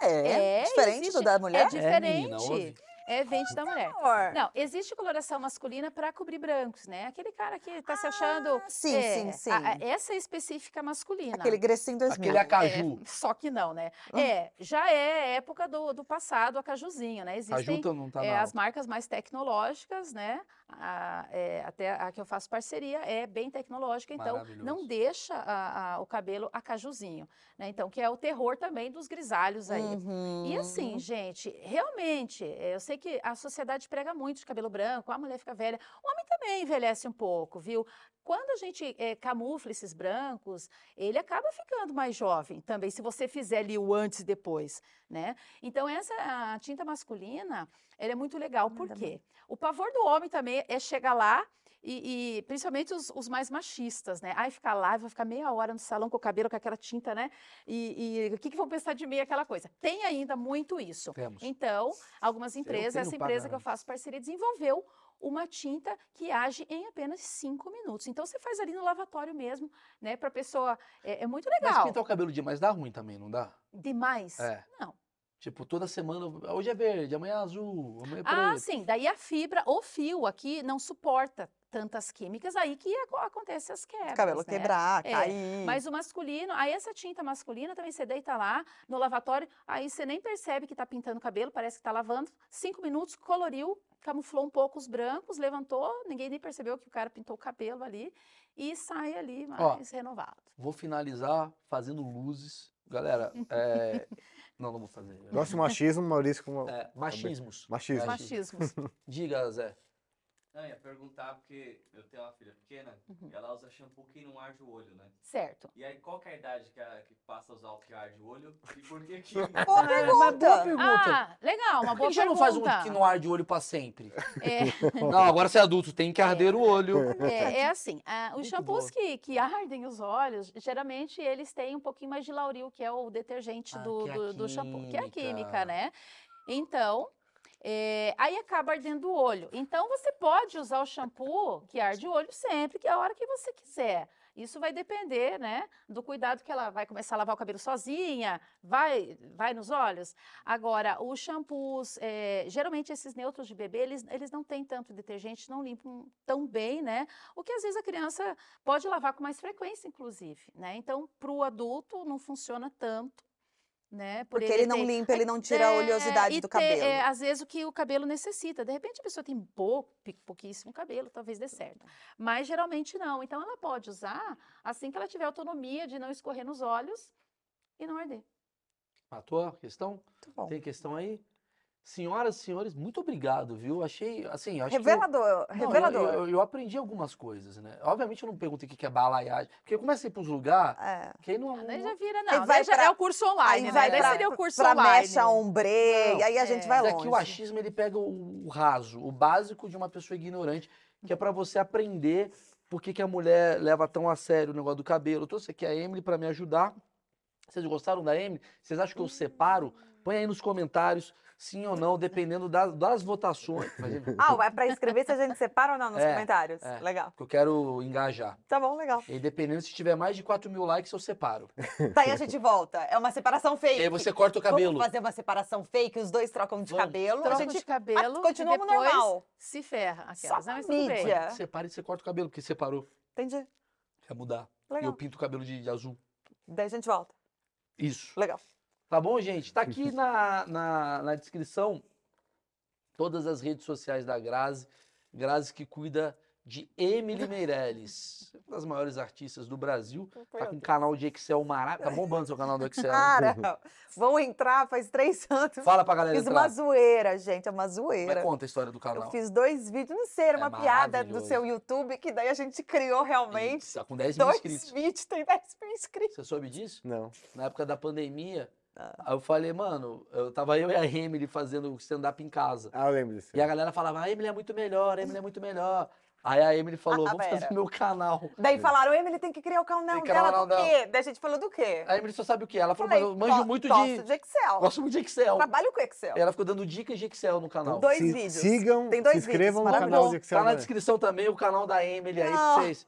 Ah, é? É, Diferente do existe- da É mulher? menina, ouve. diferente. É, vem da mulher. Amor. Não, existe coloração masculina para cobrir brancos, né? Aquele cara que tá se achando. Ah, sim, é, sim, sim. a- a- essa é específica masculina. Aquele Grecinho 2000. Aquele acaju. É, só que não, né? É, já é época do, do passado, a cajuzinho, né? Existem Ajuda ou não tá é, na as alta? marcas mais tecnológicas, né? A- é, até a que eu faço parceria é bem tecnológica, então não Maravilhoso. deixa a- a- o cabelo a cajuzinho, né? Então, que é o terror também dos grisalhos aí. Uhum. E assim, gente, realmente, é, eu sei que a sociedade prega muito de cabelo branco, a mulher fica velha, o homem também envelhece um pouco, viu? Quando a gente é, camufla esses brancos, ele acaba ficando mais jovem também, se você fizer ali o antes e depois, né? Então, essa a tinta masculina, ela é muito legal, por Nada quê? O pavor do homem também é chegar lá e, e principalmente os, os mais machistas, né? Ai, ficar lá, vou ficar meia hora no salão com o cabelo, com aquela tinta, né? E, e o que, que vão pensar de mim, aquela coisa. Tem ainda muito isso. Temos. Então, algumas empresas, tenho essa pra empresa que eu caramba. faço parceria desenvolveu uma tinta que age em apenas cinco minutos. Então você faz ali no lavatório mesmo, né? Para pessoa é, é muito Mas legal. pintar o cabelo demais dá ruim também, não dá? Demais. É. Não. Tipo, toda semana. Hoje é verde, amanhã é azul, amanhã é Ah, preto. sim. Daí a fibra, o fio aqui não suporta tantas químicas. Aí que aco- acontece as quebras. Cabelo né? quebrar, É, cair. Mas o masculino, aí essa tinta masculina também você deita lá no lavatório, aí você nem percebe que tá pintando o cabelo, parece que tá lavando. Cinco minutos, coloriu, camuflou um pouco os brancos, levantou, ninguém nem percebeu que o cara pintou o cabelo ali e sai ali mais renovado. Vou finalizar fazendo luzes. Galera, é... não, não vou fazer. Gosto de machismo, Maurício com É, machismos. machismo. Mas- Machismos. Diga, Zé. Não, ia perguntar porque eu tenho uma filha pequena Uhum. e ela usa shampoo que não arde o olho, né? certo. E aí, qual que é a idade que, ela, que passa a usar o que arde o olho e por que que... é, Boa pergunta. Tá Ah, legal, uma Por boa que já não faz um pergunta. que não arde o olho pra sempre? É. Não, agora você é adulto, tem que arder o olho. É, é assim, ah, os Muito shampoos que, que ardem os olhos, geralmente eles têm um pouquinho mais de lauril, que é o detergente Ah, do, que é a do, do shampoo, que é a química. química, né? Então, é, aí acaba ardendo o olho. Então, você pode usar o shampoo que arde o olho sempre, que é a hora que você quiser. Isso vai depender, né, do cuidado que ela vai começar a lavar o cabelo sozinha, vai, vai nos olhos. Agora, os shampoos, é, geralmente esses neutros de bebê, eles, eles não têm tanto detergente, não limpam tão bem, né? O que às vezes a criança pode lavar com mais frequência, inclusive, né? Então, para o adulto não funciona tanto, né? por Porque ele não ter- limpa, ele não tira a é, oleosidade e do ter, é, cabelo. às vezes o que o cabelo necessita. De repente a pessoa tem pouco, pouquíssimo cabelo, talvez dê certo. Mas geralmente não. Então ela pode usar assim que ela tiver autonomia de não escorrer nos olhos e não arder. Matou a questão? Muito bom. Tem questão aí? Senhoras e senhores, muito obrigado, viu? Achei, assim, acho que eu- Revelador, Não, eu- revelador. Eu, eu aprendi algumas coisas, né? Obviamente eu não perguntei o que que é balaiagem, porque começa a ir para uns lugares É. que aí não... Daí não- já vira, Aí não. vai Daí já pra- é o curso online, Aí vai né? Daí pra- seria o curso pra online. né? mecha ombre, e aí a gente é. vai Mas longe. aqui o achismo, ele pega o o raso, o básico de uma pessoa ignorante, que é para você aprender por que, que a mulher leva tão a sério o negócio do cabelo. Eu trouxe aqui a Emily para me ajudar. Vocês gostaram da Emily? Vocês acham que eu separo? Põe aí nos comentários, sim ou não, dependendo da- das votações. Imagina, Ah, vai pra escrever se a gente separa ou não nos É, comentários. é. Legal. que eu quero engajar. Tá bom, legal. E aí, dependendo se tiver mais de 4 mil likes, eu separo. Daí a gente volta. É uma separação fake. E aí você corta o cabelo. Vamos fazer uma separação fake, os dois trocam um de Vamos. cabelo. Troca a gente de cabelo. Ah, continuamos e depois normal. Se ferra. só Aquelas, né? na Mas tudo bem. mídia. Separa e você corta o cabelo, porque separou. Entendi. Quer mudar. E eu Legal. pinto o cabelo de, de azul. Daí a gente volta. Isso. Legal. Tá bom, gente? Tá aqui na, na, na descrição todas as redes sociais da Grazi. Grazi que cuida de Emily Meirelles, uma das maiores artistas do Brasil. Então Tá com um canal de Excel maravilhoso. Tá bombando seu canal do Excel. né? Cara, vão entrar faz três anos. Fala pra galera Fiz uma entrar. zoeira, gente, é uma Mas zoeira. conta a história do Eu canal. fiz dois vídeos, não sei, era É uma piada do maravilhoso. seu YouTube, que daí a gente criou realmente. Tá com 10 mil Dois inscritos. vídeos, tem 10 mil inscritos. Você soube disso? Não. na época da pandemia, Ah. aí eu falei, mano, eu tava eu e a Emily fazendo stand-up em casa. Ah, eu lembro disso. E a galera falava, a Emily é muito melhor, a Emily é muito melhor. Aí a Emily falou, Ah, vamos fazer pera. meu canal. Daí falaram, Emily tem que criar o canal que criar o dela do canal quê? Daí a gente falou do quê? A Emily só sabe o que é. Ela falou, mas Falei, eu manjo "Go- muito gosto de... de Excel. Gosto muito de Excel. É Trabalho com Excel. Ela ficou dando dicas de Excel no canal. Dois Se- vídeos. Sigam, Tem dois se vídeos, inscrevam no canal de maravilhoso. Excel. Tá na né? descrição também o canal da Emily aí pra Não. vocês.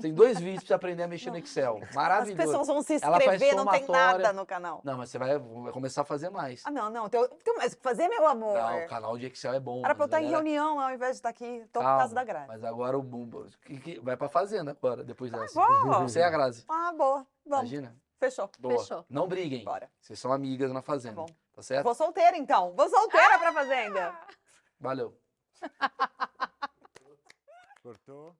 Tem dois vídeos pra você aprender a mexer no Excel. As Maravilhoso. pessoas vão se Ela faz inscrever, não tem somatória. nada no canal. Não, mas você vai, vai começar a fazer mais. Ah, não, não. Tem, tem mais o que fazer, meu amor. Não, o canal de Excel é bom. Era mas pra eu a estar em galera- reunião ao invés de estar aqui. Tô Calma, por causa da Grazi. Mas agora o Bumbo. que- que- Vai pra fazenda agora, depois dessa. Vou. Você e a Grazi. Ah, boa. Tá Vamos. Imagina? Fechou. Boa. Fechou. Não briguem. Bora. Vocês são amigas na fazenda. bom. Tá, certo? Vou solteira, então. Vou solteira pra fazenda. Valeu. Cortou.